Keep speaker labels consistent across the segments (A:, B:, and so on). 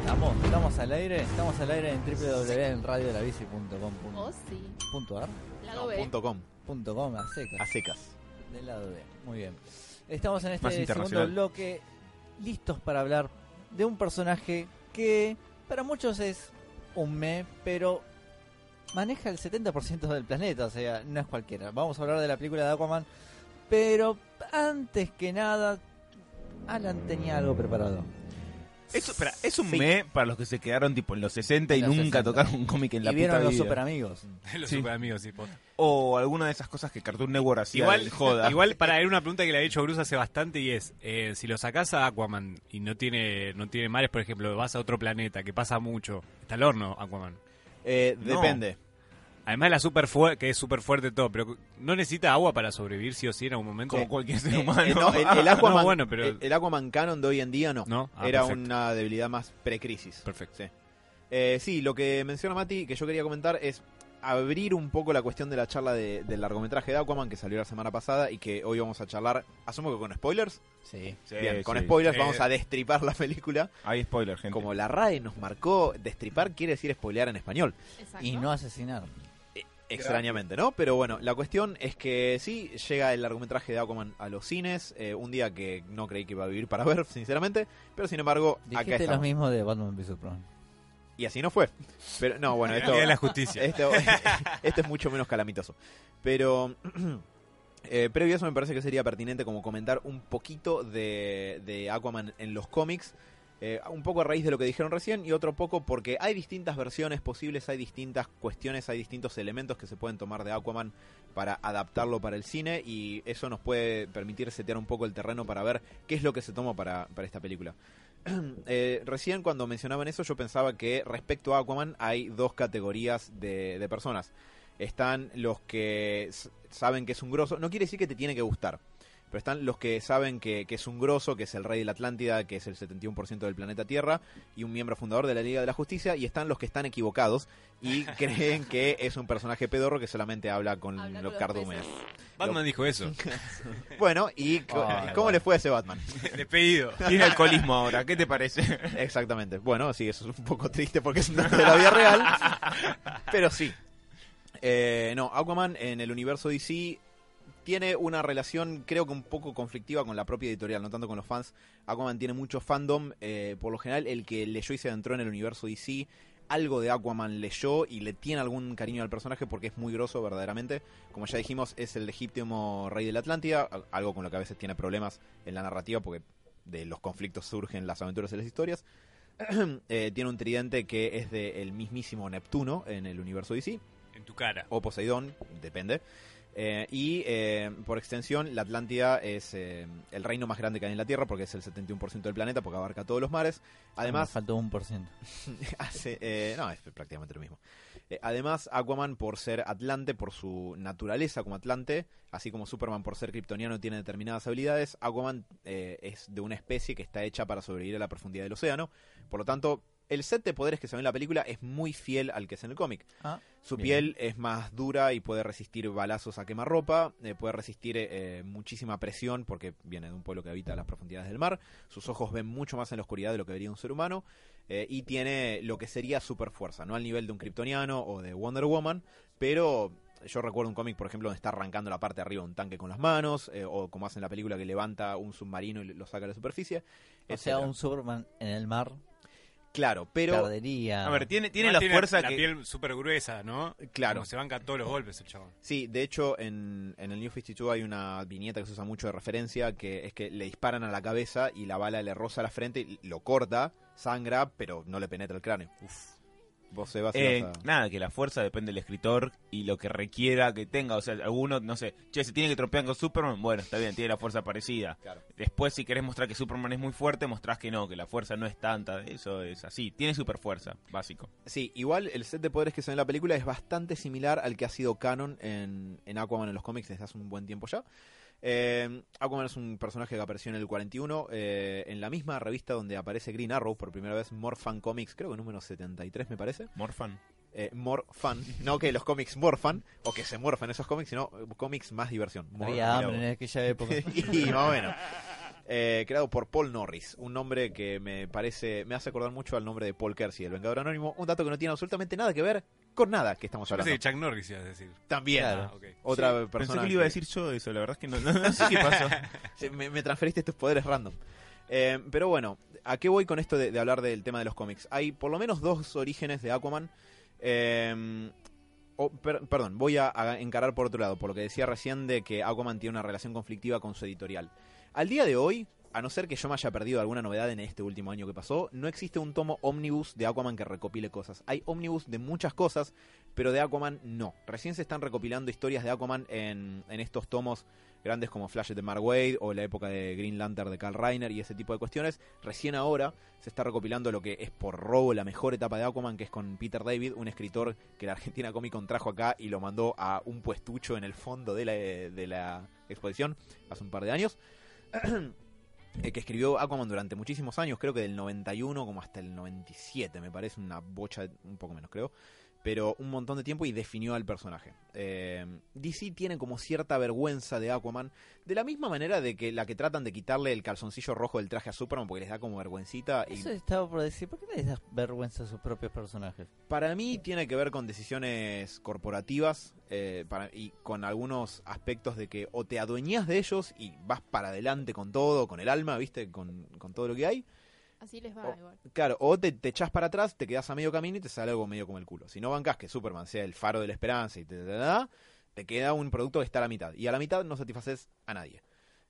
A: Estamos, estamos al aire, estamos al aire en www.radiolabici.com.ar
B: Oh, sí. La
C: No,
B: doble.
C: punto com,
A: punto com, a secas,
C: a secas.
A: del lado B. Muy bien. Estamos en
C: Más
A: este segundo
C: internacional.
A: bloque listos para hablar de un personaje que para muchos es un me, pero maneja el 70% del planeta, o sea, no es cualquiera. Vamos a hablar de la película de Aquaman, pero antes que nada, Alan tenía algo preparado.
C: Eso, espera, es un
A: Sí.
C: me para los que se quedaron tipo en los 60 y
A: En los
C: nunca
A: 60.
C: tocaron un cómic en la
A: y vieron
C: puta
A: los
C: vida.
A: super amigos.
D: Los
C: Sí.
D: superamigos, tipo.
C: O alguna de esas cosas que Cartoon Network hacía
D: Igual,
C: en joda.
D: igual para era una pregunta que le ha hecho Bruce hace bastante y es, eh, si lo sacás a Aquaman y no tiene no tiene mares, por ejemplo, vas a otro planeta que pasa mucho, está el horno Aquaman.
C: Eh,
D: No.
C: depende.
D: Además la super fue- que es súper fuerte todo, pero no necesita agua para sobrevivir sí o sí en algún momento.
C: Como cualquier ser
E: Eh,
C: humano.
E: eh, no, el, el Aquaman,
D: No, bueno, pero-
E: el, el Aquaman canon de hoy en día no.
D: No, Ah,
E: Era
D: perfecto.
E: una debilidad más precrisis.
D: Perfecto.
E: Sí. Eh, sí, lo que menciona Mati, que yo quería comentar, es abrir un poco la cuestión de la charla de- del largometraje de Aquaman que salió la semana pasada y que hoy vamos a charlar, asumo que con spoilers.
A: Sí.
C: Sí,
E: Bien, con
C: sí.
E: spoilers
D: Eh.
E: vamos a destripar la película.
C: Hay spoiler, gente.
E: Como la RAE nos marcó, destripar quiere decir spoilear en español.
B: Exacto.
A: Y no asesinar.
E: Extrañamente, ¿no? Pero bueno, la cuestión es que sí, llega el largometraje de Aquaman a los cines, eh, un día que no creí que iba a vivir para ver, sinceramente, pero sin embargo, acá
A: Dijiste lo
E: estamos.
A: mismo de Batman v Superman.
E: Y así no fue. Pero no, bueno, esto,
D: Día de la justicia.
E: esto, esto es mucho menos calamitoso. Pero eh, previo a eso me parece que sería pertinente como comentar un poquito de, de Aquaman en los cómics. eh, un poco a raíz de lo que dijeron recién y otro poco porque hay distintas versiones posibles, hay distintas cuestiones, hay distintos elementos que se pueden tomar de Aquaman para adaptarlo para el cine y eso nos puede permitir setear un poco el terreno para ver qué es lo que se toma para, para esta película. Eh, recién cuando mencionaban eso yo pensaba que respecto a Aquaman hay dos categorías de, de personas. Están los que s- saben que es un grosso, no quiere decir que te tiene que gustar, pero están los que saben que, que es un grosso, que es el rey de la Atlántida, que es el 71% del planeta Tierra y un miembro fundador de la Liga de la Justicia, y están los que están equivocados y creen que es un personaje pedorro que solamente habla con
B: Habla con
E: los
B: los
E: cardúmenes.
D: Batman dijo eso.
E: Bueno, ¿y co-
A: Ay,
E: cómo
A: bueno.
E: le fue a ese Batman?
D: Despedido.
C: Tiene alcoholismo ahora, ¿qué te parece?
E: Exactamente. Bueno, sí, eso es un poco triste porque es un dato de la vida real. Pero sí. Eh, no, Aquaman en el universo DC tiene una relación creo que un poco conflictiva con la propia editorial, no tanto con los fans. Aquaman tiene mucho fandom. eh, por lo general, el que leyó y se adentró en el universo DC, algo de Aquaman leyó y le tiene algún cariño al personaje porque es muy grosso verdaderamente. Como ya dijimos, es el legítimo rey de la Atlántida, al- algo con lo que a veces tiene problemas en la narrativa porque de los conflictos surgen las aventuras de las historias. Eh, tiene un tridente que es del mismísimo Neptuno en el universo DC,
D: En tu cara.
E: o Poseidón, depende. Eh, y eh, por extensión, la Atlántida es eh, el reino más grande que hay en la Tierra porque es el 71% del planeta, porque abarca todos los mares. Además,
A: Me faltó un por ciento.
E: hace- eh, no, es prácticamente lo mismo. Eh, además, Aquaman, por ser Atlante, por su naturaleza como Atlante, así como Superman, por ser kryptoniano, tiene determinadas habilidades. Aquaman eh, es de una especie que está hecha para sobrevivir a la profundidad del océano. Por lo tanto, el set de poderes que se ve en la película es muy fiel al que es en el cómic.
A: Ah,
E: Su
A: bien.
E: piel es más dura y puede resistir balazos a quemarropa, eh, puede resistir eh, muchísima presión porque viene de un pueblo que habita las profundidades del mar. Sus ojos ven mucho más en la oscuridad de lo que vería un ser humano eh, y tiene lo que sería super fuerza, no al nivel de un kryptoniano o de Wonder Woman, pero yo recuerdo un cómic, por ejemplo, donde está arrancando la parte de arriba de un tanque con las manos eh, o como hace en la película que levanta un submarino y lo saca a la superficie.
A: O sea,
E: etcétera.
A: un Superman en el mar
E: Claro, pero...
A: perdería.
C: A ver, tiene, tiene
D: Además,
C: la fuerza
D: la
C: que...
D: piel súper gruesa, ¿no?
E: Claro.
D: Como se banca todos los golpes el chabón.
E: Sí, de hecho en, en el New 52 hay una viñeta que se usa mucho de referencia, que es que le disparan a la cabeza y la bala le roza la frente, y lo corta, sangra, pero no le penetra el cráneo. Vos, Sebas,
C: Eh,
E: ibas a-
C: Nada, que la fuerza depende del escritor y lo que requiera que tenga. O sea, alguno, no sé, che, se tiene que tropear con Superman. Bueno, está bien, tiene la fuerza parecida.
E: Claro.
C: Después, si querés mostrar que Superman es muy fuerte, mostrás que no, que la fuerza no es tanta. Eso es así. Tiene super fuerza, básico.
E: Sí, igual el set de poderes que se ve en la película es bastante similar al que ha sido canon en, en Aquaman en los cómics desde hace un buen tiempo ya. Eh, Aquaman es un personaje que apareció en el 41, eh, en la misma revista donde aparece Green Arrow por primera vez, More Fan Comics, creo que número 73 me parece.
C: Morfan.
E: Eh, more Fan, no que los cómics morfan o que se morfan esos cómics, sino eh, cómics más diversión. More-
A: Había hambre en aquella época.
E: y más o menos. Eh, creado por Paul Norris, un nombre que me parece, me hace acordar mucho al nombre de Paul Kersey, el Vengador Anónimo, un dato que no tiene absolutamente nada que ver con nada que estamos
D: Yo pensé
E: hablando.
D: que Chuck Norris ibas a decir.
E: También,
A: Claro.
D: Ah, ok.
E: otra persona.
C: Pensé que le iba a decir yo eso, la verdad es que no, no- no sé qué pasó.
E: Sí, me, me transferiste tus poderes random. Eh, pero bueno, ¿a qué voy con esto de, de hablar del tema de los cómics? Hay por lo menos dos orígenes de Aquaman. Eh, o, per- perdón, voy a, a encarar por otro lado, por lo que decía recién de que Aquaman tiene una relación conflictiva con su editorial. Al día de hoy, a no ser que yo me haya perdido alguna novedad en este último año que pasó, no existe un tomo ómnibus de Aquaman que recopile cosas. Hay ómnibus de muchas cosas, pero de Aquaman no. Recién se están recopilando historias de Aquaman en, en estos tomos grandes como Flash de Mark Wade o la época de Green Lantern de Carl Reiner y ese tipo de cuestiones. Recién ahora se está recopilando lo que es por robo la mejor etapa de Aquaman, que es con Peter David, un escritor que la Argentina Comic Con trajo acá y lo mandó a un puestucho en el fondo de la, de la exposición hace un par de años. eh, que escribió Aquaman durante muchísimos años, creo que del 91 como hasta el 97, me parece, una bocha, un poco menos creo pero un montón de tiempo y definió al personaje. Eh, DC tiene como cierta vergüenza de Aquaman, de la misma manera de que la que tratan de quitarle el calzoncillo rojo del traje a Superman porque les da como vergüencita. Y
A: Eso estaba por decir, ¿por qué les das vergüenza a sus propios personajes?
E: para mí tiene que ver con decisiones corporativas eh, para- y con algunos aspectos de que o te adueñas de ellos y vas para adelante con todo, con el alma, viste, con, con todo lo que hay.
B: Así les va
E: Oh.
B: igual.
E: Claro, o te, te echás para atrás, te quedás a medio camino y te sale algo medio como el culo. Si no bancas que Superman sea el faro de la esperanza y te, te, te, te, te queda un producto que está a la mitad. Y a la mitad no satisfaces a nadie.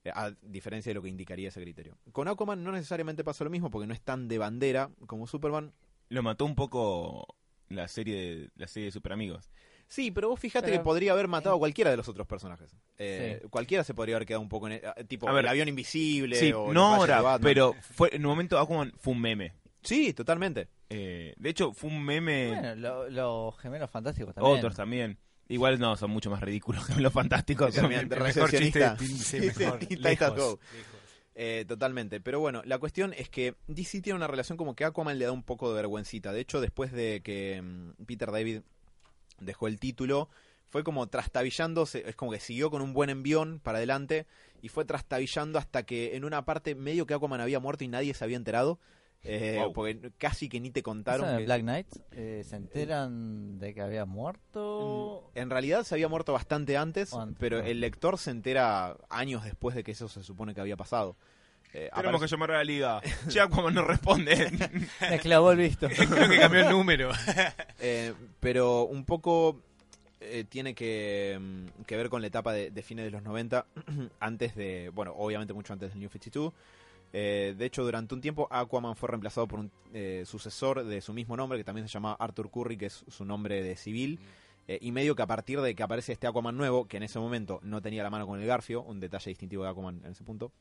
E: Eh, A diferencia de lo que indicaría ese criterio. Con Aquaman no necesariamente pasa lo mismo porque no es tan de bandera como Superman.
C: Lo mató un poco la serie de, la serie de Super Amigos.
E: Sí, pero vos fijate
A: Pero-
E: que podría haber matado a cualquiera de los otros personajes. Eh, Cualquiera se podría haber quedado un poco en. eh, Tipo,
C: A ver,
E: el avión invisible.
C: Sí, no
E: o los rayos de
C: ahora,
E: Batman.
C: pero fue, en un momento Aquaman fue un meme.
E: Sí, totalmente.
C: Eh, de hecho, fue un meme.
A: Bueno, lo- los gemelos fantásticos también.
C: Otros también. Igual no, son mucho más ridículos que los fantásticos.
E: Terminan
C: Son-
E: de
D: El mejor chiste de
E: recepcionista.
D: Teen- sí,
E: Sí,
D: mejor.
E: sí, Teen Titans Go.
D: Lejos.
E: Eh, totalmente, pero bueno, la cuestión es que DC tiene una relación como que Aquaman le da un poco de vergüencita. De hecho, después de que mm, Peter David dejó el título, fue como trastabillando, se- es como que siguió con un buen envión para adelante y fue trastabillando hasta que en una parte medio que Aquaman había muerto y nadie se había enterado, eh,
C: Wow.
E: porque casi que ni te
A: ¿Eso
E: contaron.
A: en el
E: que-
A: Black Knight eh, se enteran de que había muerto.
E: En realidad se había muerto bastante antes,
A: O antes,
E: pero
A: claro.
E: el lector se entera años después de que eso se supone que había pasado. Eh,
C: Tenemos
E: aparece-
C: que llamar a la liga. Che, Aquaman no responde.
E: Mm.
A: Me clavó el visto.
D: Creo que cambió el número.
E: Eh, pero un poco eh, tiene que, mm, que ver con la etapa de, de fines de los 90, antes de, bueno, obviamente mucho antes del New 52. Eh, de hecho, durante un tiempo Aquaman fue reemplazado por un eh, sucesor de su mismo nombre, que también se llama Arthur Curry, que es su nombre de civil. Eh, y medio que a partir de que aparece este Aquaman nuevo, que en ese momento no tenía la mano con el garfio, un detalle distintivo de Aquaman en ese punto.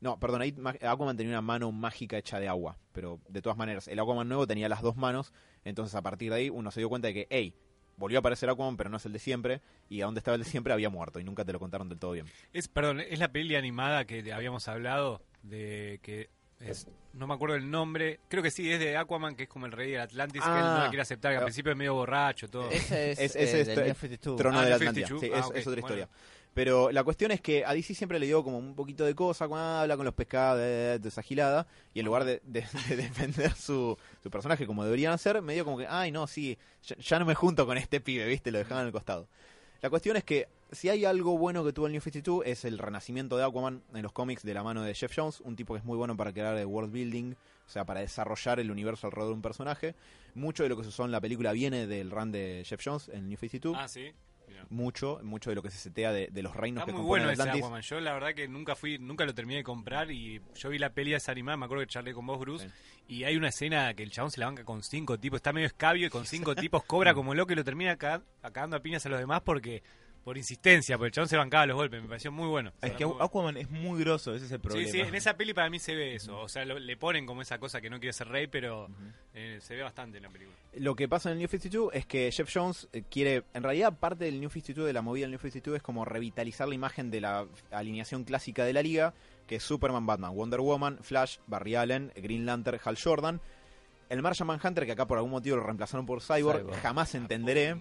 E: No, perdón, ahí ma- Aquaman tenía una mano mágica hecha de agua, pero de todas maneras, el Aquaman nuevo tenía las dos manos, entonces a partir de ahí uno se dio cuenta de que, hey, volvió a aparecer Aquaman, pero no es el de siempre, y a dónde estaba el de siempre había muerto, y nunca te lo contaron del todo bien.
D: Es, perdón, es la peli animada que habíamos hablado de que es- no me acuerdo el nombre, creo que sí, es de Aquaman, que es como el rey del Atlantis, que él no
E: Ah.
D: la quiere aceptar, que al principio es medio borracho, todo.
A: Ese es,
E: Es- este,
A: eh,
E: ese es
A: del
E: tro-
A: New 52.
E: Trono
D: Ah,
E: de
D: el
E: la
D: 52.
E: Atlántida. Sí, es,
D: Ah, ok,
E: es otra
D: bueno.
E: historia. Pero la cuestión es que a DC siempre le dio como un poquito de cosa, como, ah, habla con los pescados, eh, de esa gilada, y en lugar de, de- de defender su, su personaje como deberían hacer, medio como que, ay, no, sí, ya, ya no me junto con este pibe, ¿viste? Lo dejaban al costado. La cuestión es que si hay algo bueno que tuvo el New 52 es el renacimiento de Aquaman en los cómics de la mano de Jeff Jones, un tipo que es muy bueno para crear el world building, o sea, para desarrollar el universo alrededor de un personaje. Mucho de lo que se usó en la película viene del run de Jeff Jones en el New 52.
D: Ah, sí. Mirá.
E: mucho, mucho de lo que se setea de, de los reinos
D: Está
E: que
D: muy
E: componen
D: bueno ese
E: Atlantis.
D: Aquaman. Yo la verdad que nunca fui, nunca lo terminé de comprar y yo vi la peli esa animada, me acuerdo que charlé con vos, Bruce,
E: Sí.
D: y hay una escena que el chabón se la banca con cinco tipos, está medio escabio y con cinco tipos cobra como loco y lo termina acá, acabando a piñas a los demás porque por insistencia, porque el chabón se bancaba los golpes, me pareció muy bueno.
C: Es que
D: Muy bueno.
C: Aquaman es muy grosso, ese es el
D: Sí,
C: problema.
D: sí, en esa peli para mí se ve eso, o sea, lo- le ponen como esa cosa que no quiere ser rey, pero eh, se ve bastante en la película.
E: Lo que pasa en el New 52 es que Jeff Jones eh, quiere, en realidad parte del New 52, de la movida del New 52 es como revitalizar la imagen de la alineación clásica de la liga, que es Superman, Batman, Wonder Woman, Flash, Barry Allen, Green Lantern, Hal Jordan, el Martian Manhunter, que acá por algún motivo lo reemplazaron por Cyborg,
A: Cyborg.
E: jamás entenderé,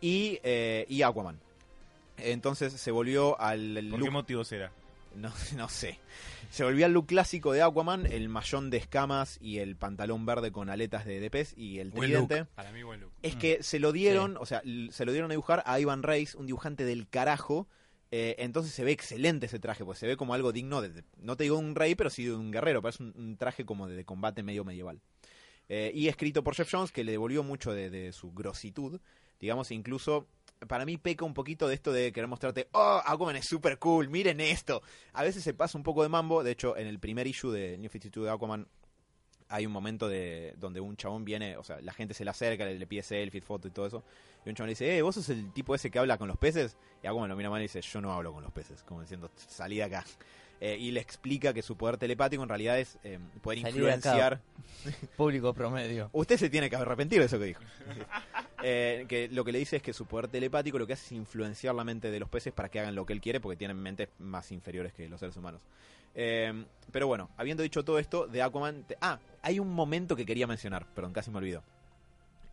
E: y, eh, y Aquaman. Entonces se volvió al
C: ¿Por
E: look
C: qué motivo será?
E: no, no sé. Se volvió al look clásico de Aquaman, el mallón de escamas y el pantalón verde con aletas de, de pez y el
D: Buen look, Mm.
E: tridente.
D: para mí buen look.
E: Es que se lo dieron, o sea, l- se lo dieron a dibujar a Ivan Reis, un dibujante del carajo. eh, entonces se ve excelente ese traje, pues se ve como algo digno de, de- no te digo un rey, pero sí de un guerrero, parece un, un traje como de, de combate medio medieval. Eh, y escrito por Jeff Jones, que le devolvió mucho de, de su grositud, digamos, incluso para mí peca un poquito de esto de querer mostrarte, oh, Aquaman es super cool, miren esto. A veces se pasa un poco de mambo, de hecho, en el primer issue de New 52 de Aquaman hay un momento de donde un chabón viene, o sea, la gente se le acerca, le, le pide selfie, foto y todo eso. Y un chabón le dice, eh, ¿vos sos el tipo ese que habla con los peces? Y Aquaman lo mira mal y dice, yo no hablo con los peces, como diciendo, salí de acá. Eh, y le explica que su poder telepático en realidad es eh,
A: Salí
E: poder
A: de acá.
E: influenciar...
A: Público promedio.
E: Usted se tiene que arrepentir de eso que dijo. Eh, que lo que le dice es que su poder telepático lo que hace es influenciar la mente de los peces para que hagan lo que él quiere porque tienen mentes más inferiores que los seres humanos. Eh, pero bueno, habiendo dicho todo esto de Aquaman... te- ah, hay un momento que quería mencionar, perdón, casi me olvido.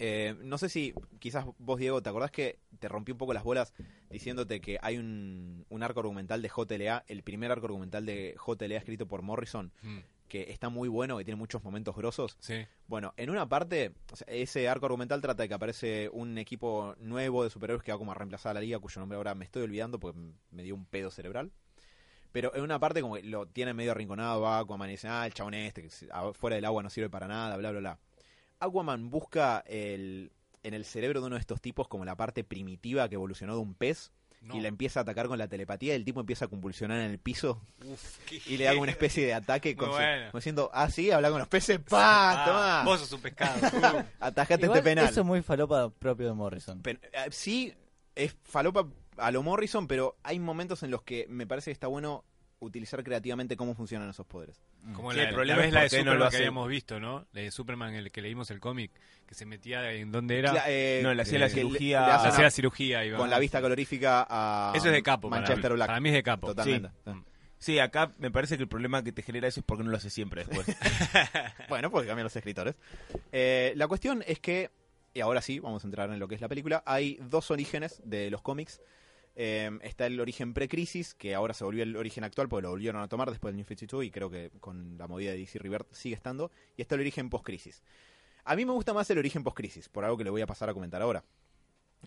E: Eh, no sé si quizás vos, Diego, ¿te acordás que te rompí un poco las bolas diciéndote que hay un, un arco argumental de JLA, el primer arco argumental de JLA escrito por Morrison,
D: Mm,
E: que está muy bueno, que tiene muchos momentos grosos?
D: sí.
E: Bueno, en una parte, o sea, ese arco argumental trata de que aparece un equipo nuevo de superhéroes que va como a reemplazar a la liga, cuyo nombre ahora me estoy olvidando porque m- me dio un pedo cerebral. Pero en una parte como que lo tienen medio arrinconado, va Aquaman y dice, ah, el chabón este, que se- a- fuera del agua no sirve para nada, bla, bla, bla. Aquaman busca el, en el cerebro de uno de estos tipos como la parte primitiva que evolucionó de un pez
D: No.
E: y la empieza a atacar con la telepatía, el tipo empieza a convulsionar en el piso
D: Uf, qué
E: y le da como una especie de ataque
D: Muy
E: con su-
D: bueno.
E: como diciendo, ah, sí, habla con los peces, pa,
D: Ah,
E: tomá.
D: Vos sos un pescado.
E: Atajate
A: Igual,
E: este penal.
A: Eso es muy falopa propio de Morrison.
E: Pero, eh, sí, es falopa a lo Morrison, pero hay momentos en los que me parece que está bueno utilizar creativamente cómo funcionan esos poderes.
D: Como
C: Sí,
D: la,
C: el problema
D: la vez
C: es
D: la de
C: por qué no
D: Superman
C: lo
D: que
C: hace.
D: habíamos visto, ¿no? La de Superman, el que leímos el cómic, que se metía en donde era, Ah,
E: Cla- eh,
C: no, le hacía
E: que
C: la
E: le-
C: cirugía-
E: le hacen
D: hacía
E: a-
D: la cirugía. Iba.
E: con la vista calorífica a
D: Eso es de capo. para
E: Manchester
D: mí.
E: Black.
D: Para mí es de capo.
E: Totalmente.
C: Sí, acá me parece que el problema que te genera eso es porque no lo hace siempre después.
E: Bueno, porque cambian los escritores. Eh, la cuestión es que, y ahora sí, vamos a entrar en lo que es la película, hay dos orígenes de los cómics. Eh, está el origen pre-crisis, que ahora se volvió el origen actual porque lo volvieron a tomar después del New 52 y creo que con la movida de DC River sigue estando. Y está el origen post-crisis. A mí me gusta más el origen post-crisis, por algo que le voy a pasar a comentar ahora.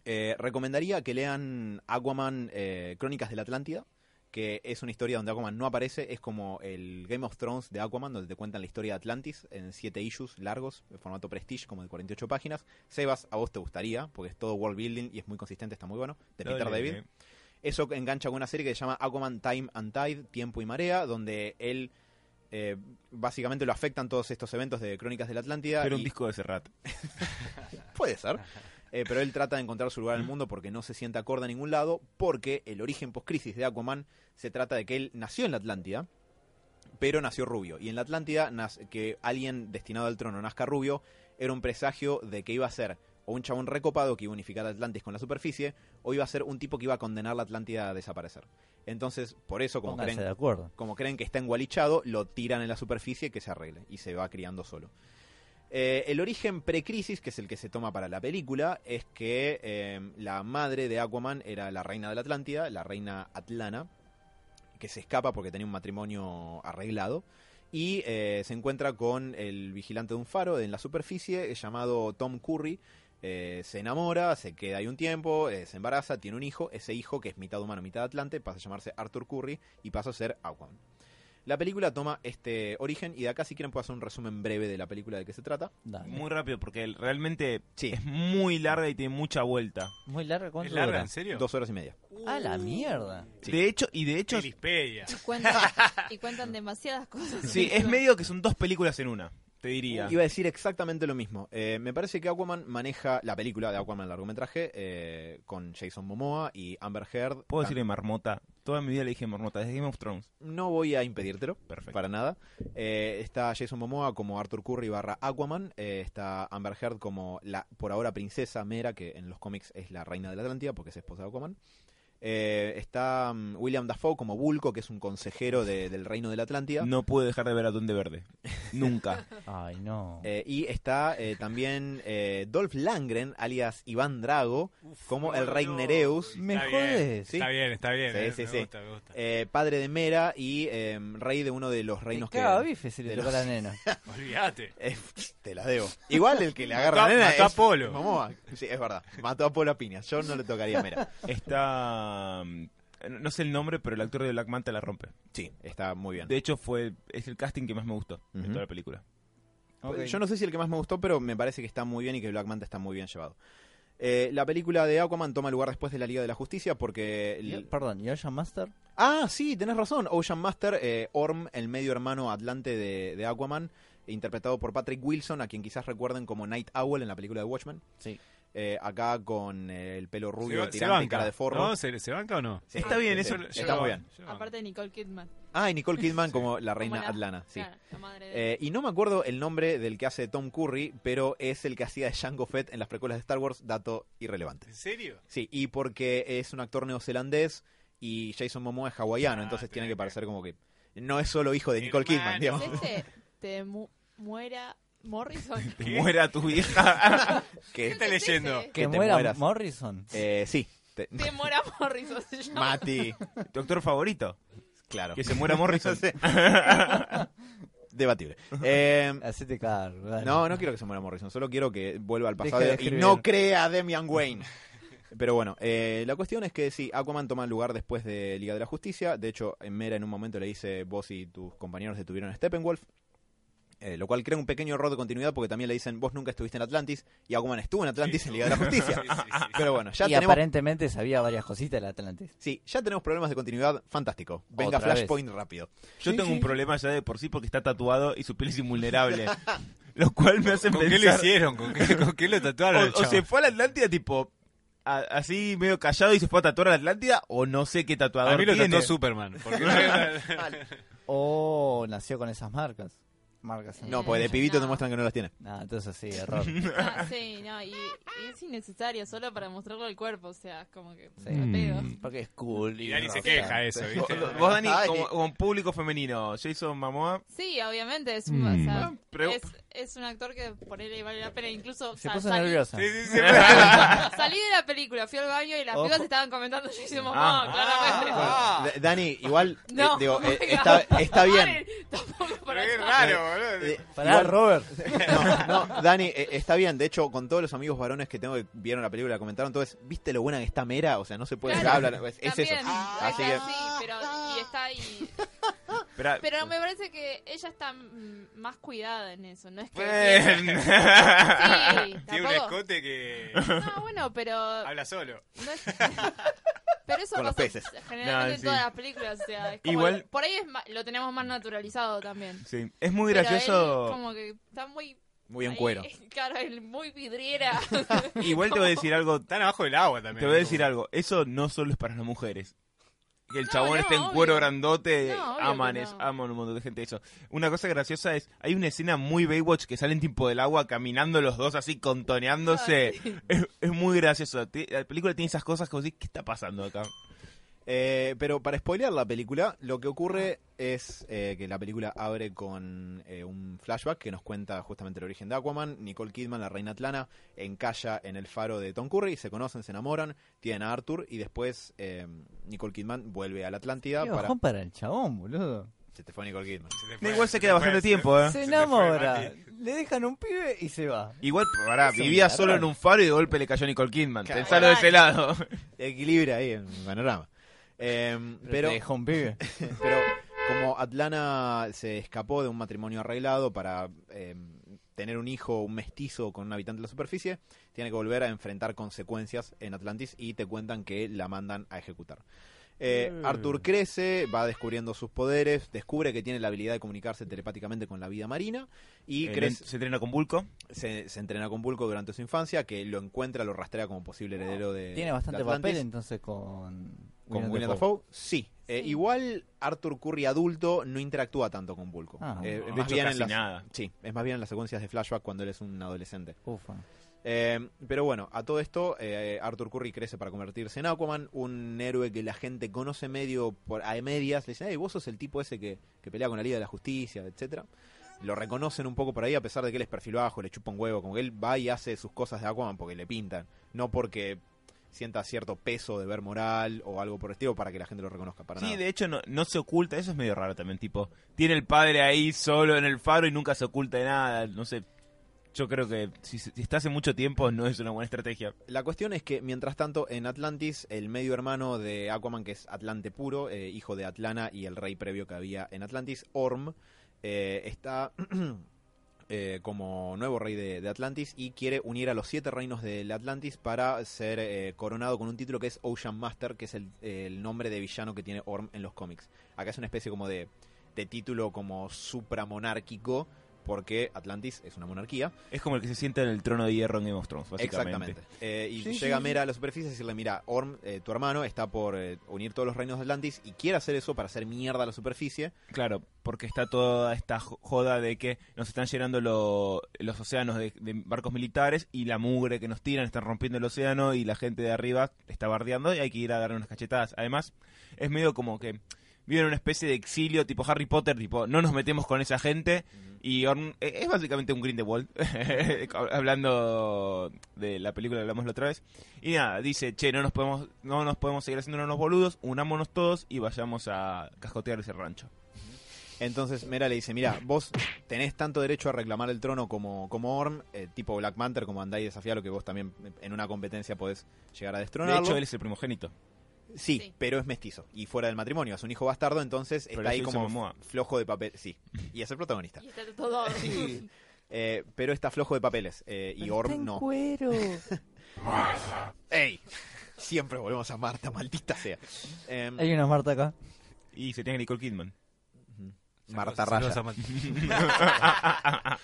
E: Eh, recomendaría que lean Aquaman eh, Crónicas de la Atlántida, que es una historia donde Aquaman no aparece, es como el Game of Thrones de Aquaman, donde te cuentan la historia de Atlantis en siete issues largos, en formato prestige, como de 48 páginas. Sebas, a vos te gustaría, porque es todo world building y es muy consistente, está muy bueno, de Peter
C: Dale,
E: David.
C: eh.
E: Eso engancha con una serie que se llama Aquaman Time and Tide, Tiempo y Marea, donde él eh, básicamente lo afectan todos estos eventos de Crónicas de la Atlántida.
C: Pero un
E: y-
C: disco de Serrat.
E: Puede ser. Eh, pero él trata de encontrar su lugar en el mundo porque no se siente acorde a ningún lado, porque el origen post-crisis de Aquaman se trata de que él nació en la Atlántida, pero nació rubio. Y en la Atlántida, nas- que alguien destinado al trono nazca rubio, era un presagio de que iba a ser o un chabón recopado que iba a unificar Atlantis con la superficie, o iba a ser un tipo que iba a condenar la Atlántida a desaparecer. Entonces, por eso, como
A: Pónganse
E: creen
A: de acuerdo.
E: como creen que está engualichado, lo tiran en la superficie que se arregle y se va criando solo. Eh, el origen precrisis, que es el que se toma para la película, es que eh, la madre de Aquaman era la reina de la Atlántida, la reina Atlana, que se escapa porque tenía un matrimonio arreglado. Y eh, se encuentra con el vigilante de un faro en la superficie, llamado Tom Curry. Eh, se enamora, se queda ahí un tiempo, eh, se embaraza, tiene un hijo. Ese hijo, que es mitad humano, mitad atlante, pasa a llamarse Arthur Curry y pasa a ser Aquaman. La película toma este origen y de acá si quieren puedo hacer un resumen breve de la película de qué se trata.
A: Dale.
C: Muy rápido, porque el- realmente
E: Sí.
C: es muy larga y tiene mucha vuelta.
A: Muy larga, ¿cuánto
D: ¿Es larga?
A: dura?
D: ¿En serio?
E: Dos horas y media.
A: A la mierda.
E: Sí.
C: De hecho, y de hecho,
D: Felispedia.
B: Y cuentan, y cuentan demasiadas cosas.
C: sí, es medio que son dos películas en una, te diría.
E: Iba a decir exactamente lo mismo. Eh, me parece que Aquaman maneja la película de Aquaman largometraje eh, con Jason Momoa y Amber Heard.
C: ¿Puedo
E: Ah,
C: decirle marmota? Toda mi vida le dije marmota, desde Game of Thrones.
E: No voy a impedírtelo.
C: Perfecto.
E: Para nada. Eh, está Jason Momoa como Arthur Curry barra Aquaman. Eh, está Amber Heard como la, por ahora, princesa Mera, que en los cómics es la reina de la Atlántida porque es esposa de Aquaman. Eh, está mm, William Dafoe como Vulco, que es un consejero de- del reino de la Atlántida.
C: No pude dejar de ver a Duende Verde. Nunca.
A: Ay, no.
E: Eh, y está eh, también eh, Dolph Langren, alias Iván Drago, como el rey Nereus,
A: Me
D: Está bien,
A: jodes.
E: Sí.
D: Está bien, está bien.
E: Sí,
D: eh,
E: sí,
D: me
E: sí.
D: gusta, me gusta.
E: eh, padre de Mera y eh, rey de uno de los
A: Te
E: reinos que...
A: caga bife si le
E: de
A: toca a
E: los-
A: la nena.
D: Olvídate.
E: Eh, te la debo. Igual el que le agarra
D: Mató-
E: a la nena
D: mató a
E: es-
D: Polo.
E: Momoa. Sí, es verdad. Mató a Polo a piñas. Yo no le tocaría a Mera.
C: Está. mm, No sé el nombre, pero el actor de Black Manta la rompe.
E: Sí, está muy bien.
C: De hecho, fue es el casting que más me gustó de
E: Ujú.
C: toda la película.
A: Ok.
E: Yo no sé si el que más me gustó, pero me parece que está muy bien y que Black Manta está muy bien llevado. Eh, la película de Aquaman toma lugar después de la Liga de la Justicia porque... el-
A: Y- Perdón, ¿y Ocean Master?
E: Ah, sí, tenés razón. Ocean Master, eh, Orm, el medio hermano atlante de, de Aquaman, interpretado por Patrick Wilson, a quien quizás recuerden como Night Owl en la película de Watchmen.
A: Sí.
E: Eh, acá con eh, el pelo rubio,
D: va-
E: tirante, cara de forro.
D: ¿No? ¿Se, se banca o no?
E: Sí,
C: Está bien, eso
E: sí,
C: lo-
E: está
C: yo-
E: muy bien.
D: Yo-
B: Aparte de Nicole Kidman.
E: Ah, y Nicole Kidman como la
B: Como
E: reina
B: la-
E: Atlana, sí.
B: Claro, la madre de...
E: Eh, y no me acuerdo el nombre del que hace Tom Curry, pero es el que hacía de Jango Fett en las precuelas de Star Wars, dato irrelevante.
D: ¿En serio?
E: Sí, y porque es un actor neozelandés y Jason Momoa es hawaiano,
D: Ah,
E: entonces tiene
D: tenés
E: que
D: que-
E: parecer como que no es solo hijo de Nicole Kidman,
D: Hermano.
E: digamos.
B: ¿Es este? Te mu- muera Morrison.
C: Que Muera tu vieja.
E: Que,
D: está leyendo?
B: Dice,
A: Que
E: te
A: muera
E: mueras.
A: Morrison.
E: eh, sí, te-
B: Te muera Morrison. se llama.
E: Mati,
C: tu actor favorito.
E: claro.
C: Que se muera Morrison.
E: Sí. Debatible. Eh,
A: Hacete cargo. dale.
E: No, no quiero que se muera Morrison, solo quiero que vuelva al pasado
A: Deja de
E: y
A: escribir.
E: no crea a Demian Wayne. Pero bueno, eh, la cuestión es que sí, Aquaman toma lugar después de Liga de la Justicia. De hecho, en Mera en un momento le dice, vos y tus compañeros detuvieron a Steppenwolf. Eh, lo cual crea un pequeño error de continuidad porque también le dicen, vos nunca estuviste en Atlantis y Aquaman estuvo en Atlantis en Liga de la Justicia.
D: Sí, sí, sí.
E: Pero bueno, ya
A: y
E: tenemos...
A: aparentemente sabía varias cositas del Atlantis.
E: Sí, ya tenemos problemas de continuidad, fantástico. Venga,
A: Otra vez.
E: Flashpoint rápido.
C: Yo tengo un problema ya de por sí porque está tatuado y su piel es invulnerable. lo cual me hace
D: ¿Con
C: pensar.
D: qué lo hicieron? ¿Con qué, con qué lo tatuaron?
C: o, o
D: chavo?
C: se fue a la Atlántida tipo a- así medio callado y se fue a tatuar a la Atlántida o no sé qué tatuador
D: a mí lo
C: tiene.
D: tatuó Superman. porque-
A: O nació con esas marcas. Marcas. en-
E: No, pues de pibito
B: No.
E: te muestran que no las tiene.
A: Ah, entonces sí, error.
B: Ah, sí, no, y, y es innecesario solo para mostrarlo al cuerpo, o sea, es como que...
A: Sí.
B: al pedo.
A: Porque es cool.
D: y Dani se
A: rockstar.
D: queja de eso, ¿viste?
C: Vos, vos, Dani,
E: Ay.
C: como, como público femenino, Jason Momoa,
B: Sí, obviamente, es un, o sea,
C: Ah, pero-
B: es, es un actor que por él vale la pena, incluso... o
A: Se
B: sea,
A: puso
B: salí-
A: nerviosa.
D: Sí, sí, sí.
B: Salí de la película, fui al baño y las
A: Ojo.
B: pibas estaban comentando yo hice
C: Ah.
B: mamá, claramente.
E: Da- Dani, igual, eh,
B: Ah. No,
E: digo, eh,
B: oiga,
E: está, ah, está bien.
B: paren, Tampoco para
D: Pero es
B: tanto.
D: raro, boludo.
E: Eh,
A: Pará,
E: igual-
A: Robert.
E: No, no, Dani, eh, está bien. De hecho, con todos los amigos varones que tengo que vieron la película, comentaron entonces, ¿viste lo buena que está Mera? O sea, no se puede
B: Claro.
E: hablar. Es, es eso. Ah,
B: También,
C: Ah,
E: Así
B: o
E: que,
B: sea, sí, pero y está ahí.
C: espera,
B: Pero me parece que ella está mm, más cuidada en eso, no es que
C: Fen. Ah,
B: sí,
D: Tiene un
B: tampoco.
D: escote que
B: No, bueno, pero
D: habla solo.
B: no es- pero eso
E: Con los
B: pasa
E: peces.
B: generalmente
C: No,
B: en
C: sí.
B: todas las películas, o sea, es como-
C: Igual-
B: por ahí es ma- lo tenemos más naturalizado también.
C: sí, es muy
B: Pero
C: gracioso.
B: él como que está muy
E: muy en
B: ahí,
E: cuero.
B: Claro, él muy vidriera.
C: Igual te voy a decir algo,
D: Están abajo del agua también.
C: te voy a decir algo, eso no solo es para las mujeres. Que el
B: No,
C: chabón
B: no,
C: esté en
B: obvio.
C: cuero grandote,
B: No, obvio
C: aman, Ah,
B: que
C: es-
B: no.
C: aman un montón de gente eso. Una cosa graciosa es, hay una escena muy Baywatch que salen tipo del agua caminando los dos así contoneándose. Es, es muy gracioso. Ti- La película tiene esas cosas que vos decís, ¿qué está pasando acá?
E: Eh, pero para spoilear la película, lo que ocurre
C: Ah.
E: es eh, que la película abre con eh, un flashback que nos cuenta justamente el origen de Aquaman. Nicole Kidman, la reina Atlana, encalla en el faro de Tom Curry, se conocen, se enamoran, tienen a Arthur y después eh, Nicole Kidman vuelve a la Atlántida
A: Qué
E: para.
A: bajón para el chabón, boludo.
E: Se te fue Nicole Kidman.
C: Igual se queda bastante tiempo, ¿eh?
A: Se
D: Se
A: enamora,
D: me fue,
A: le dejan un pibe y se va.
C: Igual, pará,
A: Es un
C: Ah, vivía
A: garrón.
C: solo en un faro y de golpe le cayó Nicole Kidman.
E: Claro.
C: Pensalo de ese lado.
E: Equilibra ahí en el panorama. Eh,
A: Pero,
E: pero,
A: te dejó un pibe.
E: pero como Atlana se escapó de un matrimonio arreglado para eh, tener un hijo, un mestizo con un habitante de la superficie, tiene que volver a enfrentar consecuencias en Atlantis y te cuentan que la mandan a ejecutar. Eh,
D: Mm.
E: Arthur crece, va descubriendo sus poderes, descubre que tiene la habilidad de comunicarse telepáticamente con la vida marina y
C: Eh,
E: crece,
C: se entrena con Bulco.
E: se, se entrena con Pulco durante su infancia, que lo encuentra, lo rastrea como posible heredero de.
A: Tiene bastante
E: de Atlantis.
A: papel entonces con.
E: Eh, ¿Con William
A: Dafoe.
E: Dafoe? Sí. Eh,
B: Sí.
E: igual Arthur Curry adulto no interactúa tanto con Pulco.
A: Ah,
E: Eh,
C: no.
E: más
C: De hecho,
E: bien en
C: casi
E: las-
C: nada.
E: Sí, es más bien en las secuencias de flashback cuando él es un adolescente.
A: Ufa.
E: Eh, pero bueno, a todo esto, eh, Arthur Curry crece para convertirse en Aquaman, un héroe que la gente conoce medio por, a medias. Le dicen, hey, vos sos el tipo ese que, que pelea con la Liga de la Justicia, etcétera Lo reconocen un poco por ahí, a pesar de que él es perfil bajo, le chupa un huevo. Como que él va y hace sus cosas de Aquaman porque le pintan, no porque sienta cierto peso de ver moral o algo por el estilo para que la gente lo reconozca. Para
C: sí,
E: nada.
C: de hecho no, no se oculta, eso es medio raro también, tipo, tiene el padre ahí solo en el faro y nunca se oculta de nada, no sé. Yo creo que si, si está hace mucho tiempo no es una buena estrategia.
E: La cuestión es que, mientras tanto, en Atlantis, el medio hermano de Aquaman, que es Atlante puro, eh, hijo de Atlana y el rey previo que había en Atlantis, Orm, eh, está eh, como nuevo rey de, de Atlantis y quiere unir a los siete reinos del Atlantis para ser eh, coronado con un título que es Ocean Master, que es el, el nombre de villano que tiene Orm en los cómics. Acá es una especie como de, de título como supramonárquico, porque Atlantis es una monarquía.
C: Es como el que se sienta en el trono de hierro en Game of Thrones, básicamente.
E: Exactamente. Eh, y
C: Sí,
E: llega
C: sí,
E: Mera a la superficie y decirle, mira, Orm, eh, tu hermano está por eh, unir todos los reinos de Atlantis y quiere hacer eso para hacer mierda a la superficie.
C: Claro, porque está toda esta jo- joda de que nos están llenando lo- los océanos de, de barcos militares y la mugre que nos tiran, están rompiendo el océano y la gente de arriba está bardeando y hay que ir a dar unas cachetadas. Además, es medio como que viven una especie de exilio tipo Harry Potter, tipo, no nos metemos con esa gente y Orm- eh, es básicamente un Grindelwald, hablando de la película que hablamos la otra vez. Y nada, dice, che, no nos podemos, no nos podemos seguir haciendo unos boludos, unámonos todos y vayamos a cascotear ese rancho.
E: Entonces Mera le dice, mira, vos tenés tanto derecho a reclamar el trono como, como Orm, eh, tipo Black Panther, como andá y desafía lo que vos también eh, en una competencia podés llegar a
C: De
E: destronarlo.
C: hecho, él es el primogénito.
E: sí,
B: Sí.
E: pero es mestizo y fuera del matrimonio, es un hijo bastardo, entonces
C: Pero
E: está
C: es
E: ahí
C: Jason
E: como
C: Momoa.
E: flojo de papel. Sí, y es el protagonista.
B: Y está todo.
E: Eh, pero está flojo de papeles eh, y Orm no.
A: cuero.
E: ¡Ey! Siempre volvemos a Marta, maldita sea. Em,
A: Hay una Marta acá.
C: Y se tiene Nicole Kidman.
E: Marta
D: Saludos
E: Raya.
D: a Marta.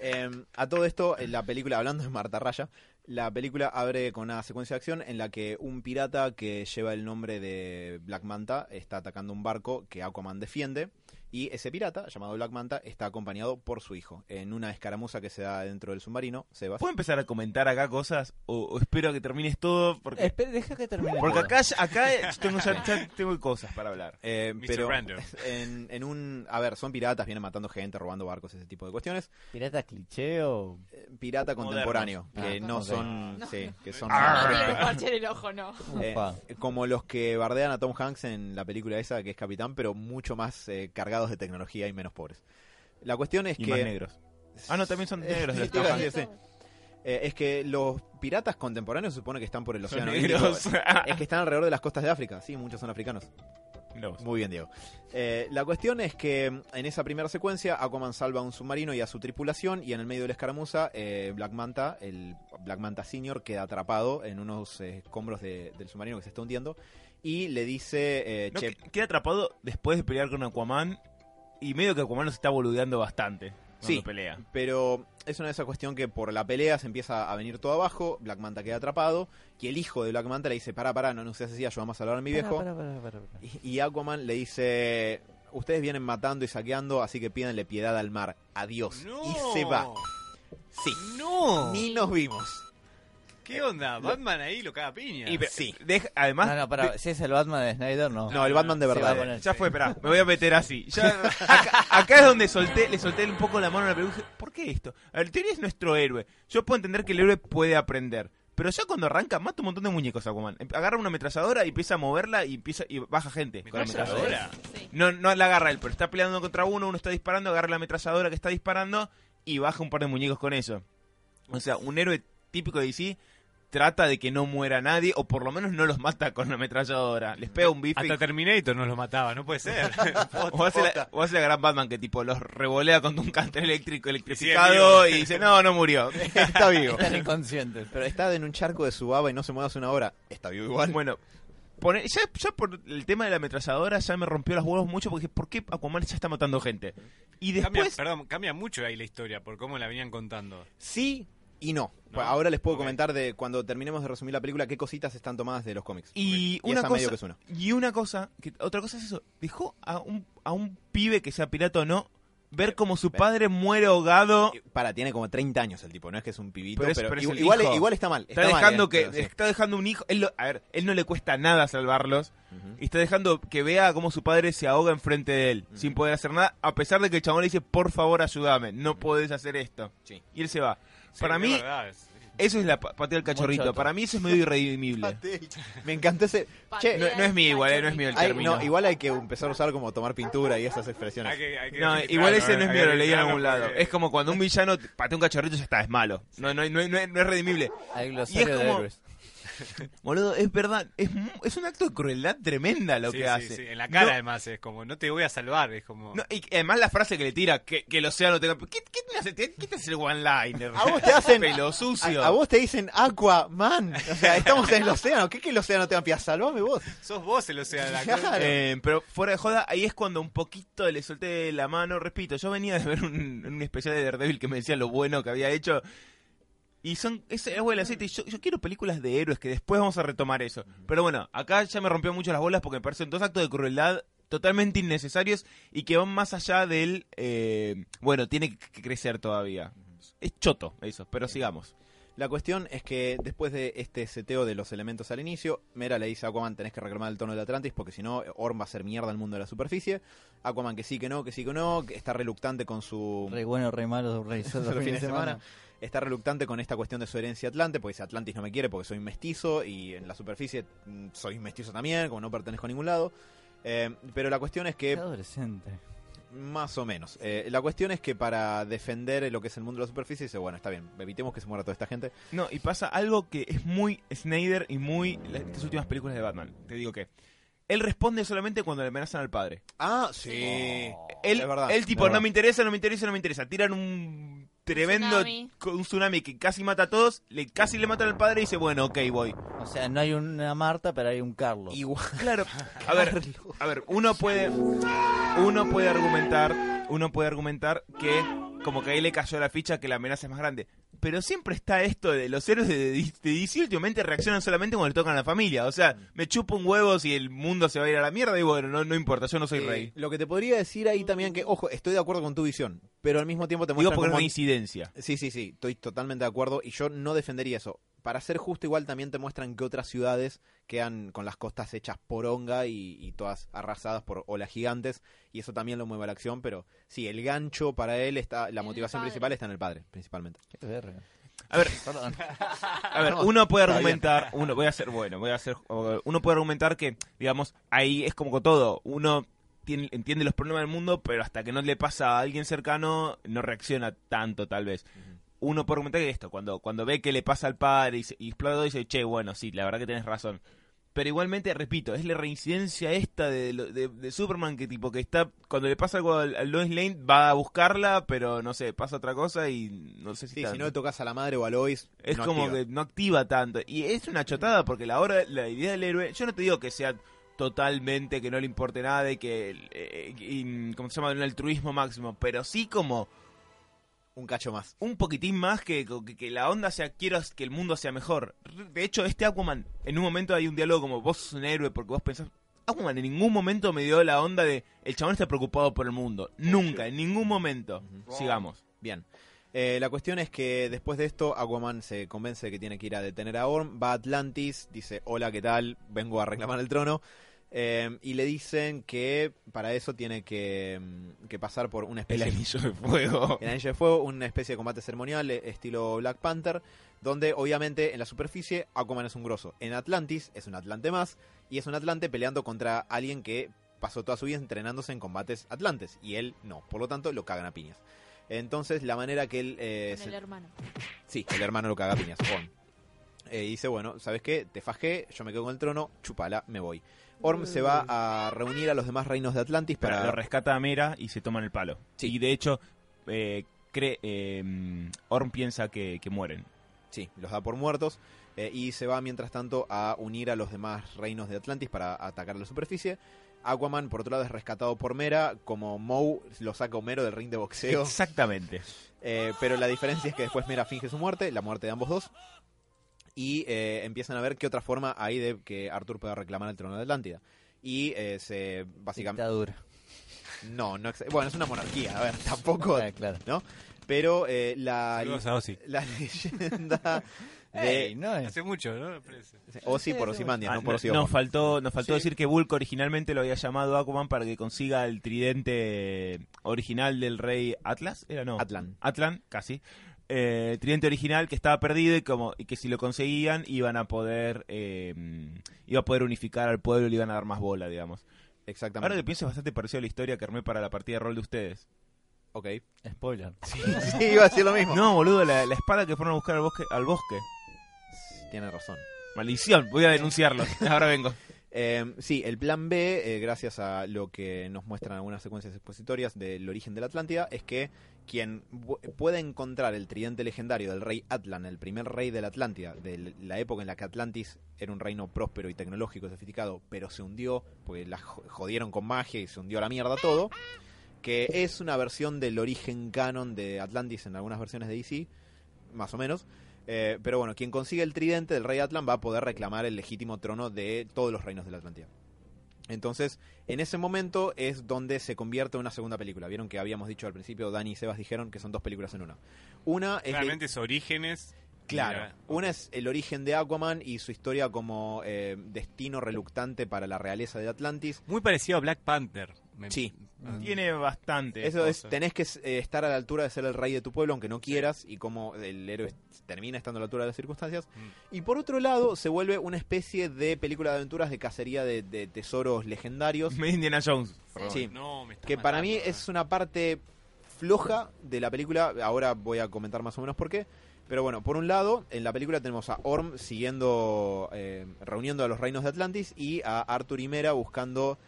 E: Em, a todo esto, en la película, hablando de Marta Raya, la película abre con una secuencia de acción en la que un pirata que lleva el nombre de Black Manta está atacando un barco que Aquaman defiende. Y ese pirata, llamado Black Manta, está acompañado por su hijo en una escaramuza que se da dentro del submarino. Sebas.
C: ¿Puedo empezar a comentar acá cosas? O, o espero que termines todo. Porque,
A: Espera, deja que termine.
C: porque acá, acá tengo, ya- ya tengo cosas para hablar.
E: Eh,
D: Mr.
E: pero
D: Random.
E: en, en un. A ver, son piratas, vienen matando gente, robando barcos, ese tipo de cuestiones.
A: Pirata cliché o.
E: Eh, Pirata
C: Modernos.
E: contemporáneo, que
A: Ah,
E: no
A: ok.
E: son.
B: No.
E: sí, que son.
C: Ah.
B: en el ojo, no.
E: Eh,
A: Ufa.
E: como los que bardean a Tom Hanks en la película esa que es Capitán, pero mucho más eh, cargados de tecnología y menos pobres. La cuestión es
C: Y
E: que
C: más negros. Ah, no, también son
E: Eh,
C: negros.
E: sí,
C: los
E: te iba a
C: tapas.
E: decir, sí. Eh, es que los piratas contemporáneos se supone que están por el
C: son
E: océano Índico.
C: negros.
E: Es que están alrededor de las costas de África, sí, muchos son africanos.
C: Mirá vos.
E: Muy bien, Diego. Eh, la cuestión es que mm, en esa primera secuencia, Aquaman salva a un submarino y a su tripulación, y en el medio de la escaramuza, eh, Black Manta, el Black Manta Senior, queda atrapado en unos eh, escombros de- del submarino que se está hundiendo, y le dice, eh,
C: No,
E: che,
C: que- queda atrapado después de pelear con Aquaman. Y medio que Aquaman nos está boludeando bastante. Cuando
E: Sí.
C: pelea.
E: pero es una de esas cuestiones que por la pelea se empieza a venir todo abajo, Black Manta queda atrapado, y el hijo de Black Manta le dice, para, para, no, no seas así, ayúdame a salvar a mi viejo.
A: Pará, pará, pará, pará, pará.
E: Y- Y Aquaman le dice, ustedes vienen matando y saqueando, así que pídanle piedad al mar. Adiós.
D: No.
E: Y se va. Sí.
D: No.
E: Ni nos vimos.
D: ¿Qué onda? Batman ahí lo caga piña.
C: Y, pero-
E: Sí.
C: deja- además,
A: No, no, pará. Si es el Batman de Snyder, no.
E: No, el Batman de
A: Se va a
E: verdad.
A: poner-
C: Ya fue, espera, me voy a meter así. Ya- acá, acá es donde solté, le solté un poco la mano a la peluca. ¿Por qué esto? A ver, Tyrion es nuestro héroe. Yo puedo entender que el héroe puede aprender. Pero ya cuando arranca, mata un montón de muñecos Aquaman. Em- Agarra una ametralladora y empieza a moverla y empieza y baja gente. con la
D: ¿Ametralladora?
C: ametralladora.
B: Sí.
C: No, no la agarra él, pero está peleando contra uno, uno está disparando, agarra la ametralladora que está disparando y baja un par de muñecos con eso. O sea, un héroe típico de DC trata de que no muera nadie, o por lo menos no los mata con una ametralladora. Les pega un bife. y-
D: Hasta Terminator nos lo mataba, no puede ser.
C: O hace, la, o hace la gran Batman que tipo los revolea con un cáncer eléctrico
D: vivo.
C: electrificado y dice, no, no murió.
E: Está vivo.
A: Están inconscientes.
E: Pero está en un charco de su baba y no se mueve hace una hora. Está vivo igual.
C: Bueno, pone- ya, ya por el tema de la ametralladora ya me rompió los huevos mucho porque dije, ¿por qué Aquaman ya está matando gente? Y
D: Cambia,
C: después,
D: perdón, cambia mucho ahí la historia por cómo la venían contando.
E: Sí y no.
D: No.
E: Ahora les puedo
D: Ok.
E: comentar de cuando terminemos de resumir la película qué cositas están tomadas de los cómics.
C: y
E: Y
C: una
E: esa
C: cosa,
E: medio que es una.
C: y una cosa, que, otra cosa es eso, dejó a un, a un pibe que sea pirata o no, ver como su
E: Ver.
C: padre muere ahogado,
E: Eh, Para, tiene como 30 años el tipo, no es que es un pibito,
C: Pero
E: pero,
C: es- pero es
E: igual,
C: el
E: igual,
C: hijo.
E: igual está mal.
C: está,
E: mal,
C: dejando
E: eh,
C: que,
E: pero sí.
C: está dejando un hijo, él lo- a ver, él no le cuesta nada salvarlos,
E: Ujú.
C: y está dejando que vea cómo su padre se ahoga enfrente de él, sin poder hacer nada, a pesar de que el chabón le dice, por favor ayúdame, no podés hacer esto.
E: Sí.
C: Y él se va.
D: Sí,
C: Para
D: es
C: mí,
D: verdad, es-
C: Eso es la pa- patea del cachorrito.
A: choto.
C: Para mí eso es medio irredimible.
E: Me encantó ese. Che,
B: Patea
C: no- no es mío igual, eh, no es mío el
E: hay-
C: término.
E: no, igual hay que empezar a usar como tomar pintura y esas
D: hay
E: expresiones.
D: que- hay que
C: No,
D: registrarlo,
C: igual ese
D: eh,
C: no es
D: hay
C: mío,
D: que
C: lo leí en algún
D: registrarlo
C: lado.
D: porque-
C: Es como cuando un villano patea un cachorrito ya está, es malo. No, no, no, no, es- no es redimible.
A: Hay
C: Y es
A: glosario de
C: como-
A: héroes.
C: Boludo, es verdad. Es, mu- es un acto de crueldad tremenda lo
D: Sí,
C: que
D: sí,
C: hace.
D: sí, En la cara,
C: No-
D: además, es como, no te voy a salvar. Es como.
C: no, y además la frase que le tira, que, que el océano tenga... ¿Qué, qué te hace? ¿Qué te hace el one-liner?
E: A vos te hacen-
C: Pelo sucio.
E: A, a vos te dicen Aquaman. O sea, estamos en el océano. ¿Qué que el océano te empieza? Salvame vos.
D: Sos vos el océano. la
E: Claro.
D: cosa.
C: Eh, pero fuera de joda, ahí es cuando un poquito le solté la mano. Repito, yo venía de ver un, un especial de Daredevil que me decía lo bueno que había hecho. Y son ese agua del aceite. y Yo, yo quiero películas de héroes que después vamos a retomar eso. Pero bueno, acá ya me rompió mucho las bolas porque me parecen dos actos de crueldad totalmente innecesarios y que van más allá del. eh, bueno, tiene que crecer todavía. Es choto eso, pero sigamos.
E: La cuestión es que después de este seteo de los elementos al inicio, Mera le dice a Aquaman tenés que reclamar el tono de Atlantis porque si no, Orm va a ser mierda al mundo de la superficie. Aquaman que sí, que no, que sí, que no, que está reluctante con su...
A: Re bueno, re malo, re solo
E: Los fines de semana. Está reluctante con esta cuestión de su herencia Atlante, porque dice Atlantis no me quiere porque soy mestizo y en la superficie mm, soy mestizo también, como no pertenezco a ningún lado. Eh, pero la cuestión es
A: Qué
E: que
A: adolescente.
E: más o menos. Eh, la cuestión es que para defender lo que es el mundo de la superficie, dice, bueno, está bien, evitemos que se muera toda esta gente.
C: No, y pasa algo que es muy Snyder y muy la- estas últimas películas de Batman. Te digo que él responde solamente cuando le amenazan al padre. Eh,
E: Ah, sí.
C: Él,
E: Es verdad,
C: él tipo,
E: es verdad.
C: no me interesa, no me interesa, no me interesa. Tiran un tremendo
B: Tsunami.
C: co- un tsunami que casi mata a todos, le, casi le matan al padre y dice, bueno, ok, voy.
A: O sea, no hay una Marta, pero hay un Carlos.
E: Igual.
C: Claro, a ver, a ver, uno puede, uno puede argumentar, uno puede argumentar que como que ahí le cayó la ficha que la amenaza es más grande. Pero siempre está esto de los héroes de, de, de DC últimamente reaccionan solamente cuando le tocan a la familia. O sea, me chupo un huevo si el mundo se va a ir a la mierda y bueno, no, no importa, yo no soy
E: Eh,
C: rey.
E: Lo que te podría decir ahí también que, ojo, estoy de acuerdo con tu visión, pero al mismo tiempo te
C: Digo
E: muestran
C: porque es
E: cómo-
C: una incidencia.
E: Sí, sí, sí, estoy totalmente de acuerdo y yo no defendería eso. Para ser justo, igual también te muestran que otras ciudades quedan con las costas hechas poronga y, y todas arrasadas por olas gigantes y eso también lo mueve a la acción, pero sí, el gancho para él está, la
B: el
E: motivación
B: padre.
E: principal está en el padre, principalmente.
A: Qué verga.
C: A ver,
A: Perdón.
C: A ver,
E: No,
C: uno puede
E: está
C: argumentar, uno voy a ser bueno, voy a ser, uno puede argumentar que, digamos, ahí es como con todo, uno tiene- entiende los problemas del mundo, pero hasta que no le pasa a alguien cercano, no reacciona tanto, tal vez. Uno puede argumentar que esto, cuando, cuando ve que le pasa al padre y, se- y explota todo, dice, che, bueno, sí, la verdad que tenés razón. Pero igualmente, repito, es la reincidencia esta de, lo- de- de Superman que tipo que está, cuando le pasa algo al, al Lois Lane, va a buscarla, pero no sé, pasa otra cosa y no sé si
E: Sí,
C: está-
E: si no le tocas a la madre o a Lois,
C: es
E: no
C: como
E: activa.
C: que no activa tanto. Y es una chotada porque la hora, la idea del héroe, yo no te digo que sea totalmente que no le importe nada y que, eh, y, ¿cómo se llama? Un altruismo máximo, pero sí como
E: un cacho más.
C: un poquitín más que, que- que la onda sea, quiero que el mundo sea mejor. De hecho, este Aquaman, en un momento hay un diálogo como, vos sos un héroe porque vos pensás... Aquaman en ningún momento me dio la onda de, el chabón está preocupado por el mundo. Nunca, en ningún momento. Sigamos.
E: Bien. Eh, la cuestión es que después de esto, Aquaman se convence de que tiene que ir a detener a Orm, va a Atlantis, dice, hola, ¿qué tal? Vengo a reclamar el trono. Eh, y le dicen que para eso tiene que, mm, que pasar por una
C: El
E: especie...
C: anillo de fuego.
E: el anillo de fuego, una especie de combate ceremonial eh, estilo Black Panther, donde obviamente en la superficie Aquaman es un grosso. En Atlantis es un Atlante más, y es un Atlante peleando contra alguien que pasó toda su vida entrenándose en combates Atlantes, y él no, por lo tanto lo cagan a piñas. Entonces la manera que él... eh,
B: Con
E: se-
B: el hermano.
E: Sí, el hermano lo caga a piñas. Orm. Eh, y dice, bueno, ¿sabes qué? Te fajé, yo me quedo con el trono, chupala, me voy. Orm se va a reunir a los demás reinos de Atlantis
C: Para... Lo
E: para...
C: rescata a Mera y se toman el palo.
E: Sí.
C: Y de hecho, eh, cree, eh, Orm piensa que, que mueren.
E: Sí, los da por muertos. eh, y se va, mientras tanto, a unir a los demás reinos de Atlantis para atacar la superficie. Aquaman, por otro lado, es rescatado por Mera, como Moe lo saca Homero del ring de boxeo.
C: Exactamente.
E: Eh, pero la diferencia es que después Mera finge su muerte, la muerte de ambos dos. Y eh, empiezan a ver qué otra forma hay de que Arthur pueda reclamar el trono de Atlántida. Y eh, se básicamente...
A: Dictadura.
E: No, no... ex- Bueno, es una monarquía, a ver, tampoco...
A: Ah, claro.
E: Pero eh, la,
D: Saludos a Ozzy.
E: la leyenda
A: Ey,
E: de...
A: no es-
D: Hace mucho, ¿no? Parece.
E: Ozzy por Ozymandias,
C: Ah,
E: no por
C: no-
E: Ozzy
C: nos
E: Osbourne.
C: faltó, nos faltó
D: Sí.
C: decir que Bulk originalmente lo había llamado Aquaman para que consiga el tridente original del rey Atlas. ¿Era no?
E: Atlan.
C: Atlan, casi. Eh, el tridente original que estaba perdido y, como, y que si lo conseguían iban a poder eh, iba a poder unificar al pueblo y le iban a dar más bola, digamos. Ahora que
E: Exactamente.
C: pienso es bastante parecido a la historia que armé para la partida de rol de ustedes.
E: Ok.
A: Spoiler.
E: Sí, iba a decir lo mismo.
C: No, boludo, la, la espada que fueron a buscar al bosque. Al bosque.
E: Tiene razón.
C: Maldición, voy a denunciarlo. Ahora vengo.
E: Eh, sí, el plan B, eh, gracias a lo que nos muestran algunas secuencias expositorias del origen de la Atlántida, es que quien bu- puede encontrar el tridente legendario del rey Atlan, el primer rey de la Atlántida, de la época en la que Atlantis era un reino próspero y tecnológico y sofisticado, pero se hundió, porque la jo- jodieron con magia y se hundió a la mierda todo, que es una versión del origen canon de Atlantis en algunas versiones de DC, más o menos. Eh, pero bueno, quien consigue el tridente del rey Atlan va a poder reclamar el legítimo trono de todos los reinos de la Atlántida. Entonces, en ese momento es donde se convierte en una segunda película. Vieron que habíamos dicho al principio, Dani y Sebas dijeron que son dos películas en una. Una es de-
D: Claramente es orígenes.
E: Claro.
D: Mira,
E: Una es el origen de Aquaman y su historia como eh, destino reluctante para la realeza de Atlantis.
D: Muy parecido a Black Panther. Me-
E: Sí.
D: Ah.
C: Tiene bastante.
E: Eso es,
D: cosas.
E: tenés que eh, estar a la altura de ser el rey de tu pueblo, aunque no quieras, y como el héroe termina estando a la altura de las circunstancias.
D: Mm.
E: Y por otro lado, se vuelve una especie de película de aventuras de cacería de, de tesoros legendarios,
C: Me Indiana Jones. perdón.
E: Sí.
D: No, me está
E: que para mí
D: matando, eh.
E: es una parte floja de la película. Ahora voy a comentar más o menos por qué. Pero bueno, por un lado, en la película tenemos a Orm siguiendo, eh, reuniendo a los reinos de Atlantis y a Arthur y Mera buscando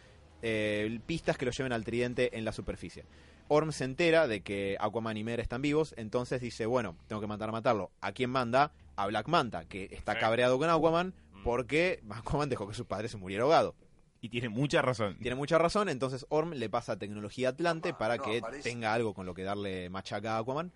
E: eh, pistas que lo lleven al tridente en la superficie. Orm se entera de que Aquaman y Mera están vivos, entonces dice, bueno, tengo que mandar a matarlo. ¿A quién manda? A Black Manta, que está
D: Sí. Mm.
E: cabreado con Aquaman porque Aquaman dejó que su padre se muriera ahogado.
C: Y tiene mucha razón.
E: Tiene mucha razón, entonces Orm le pasa tecnología a Atlante para que tenga algo con lo que darle machaca a Aquaman.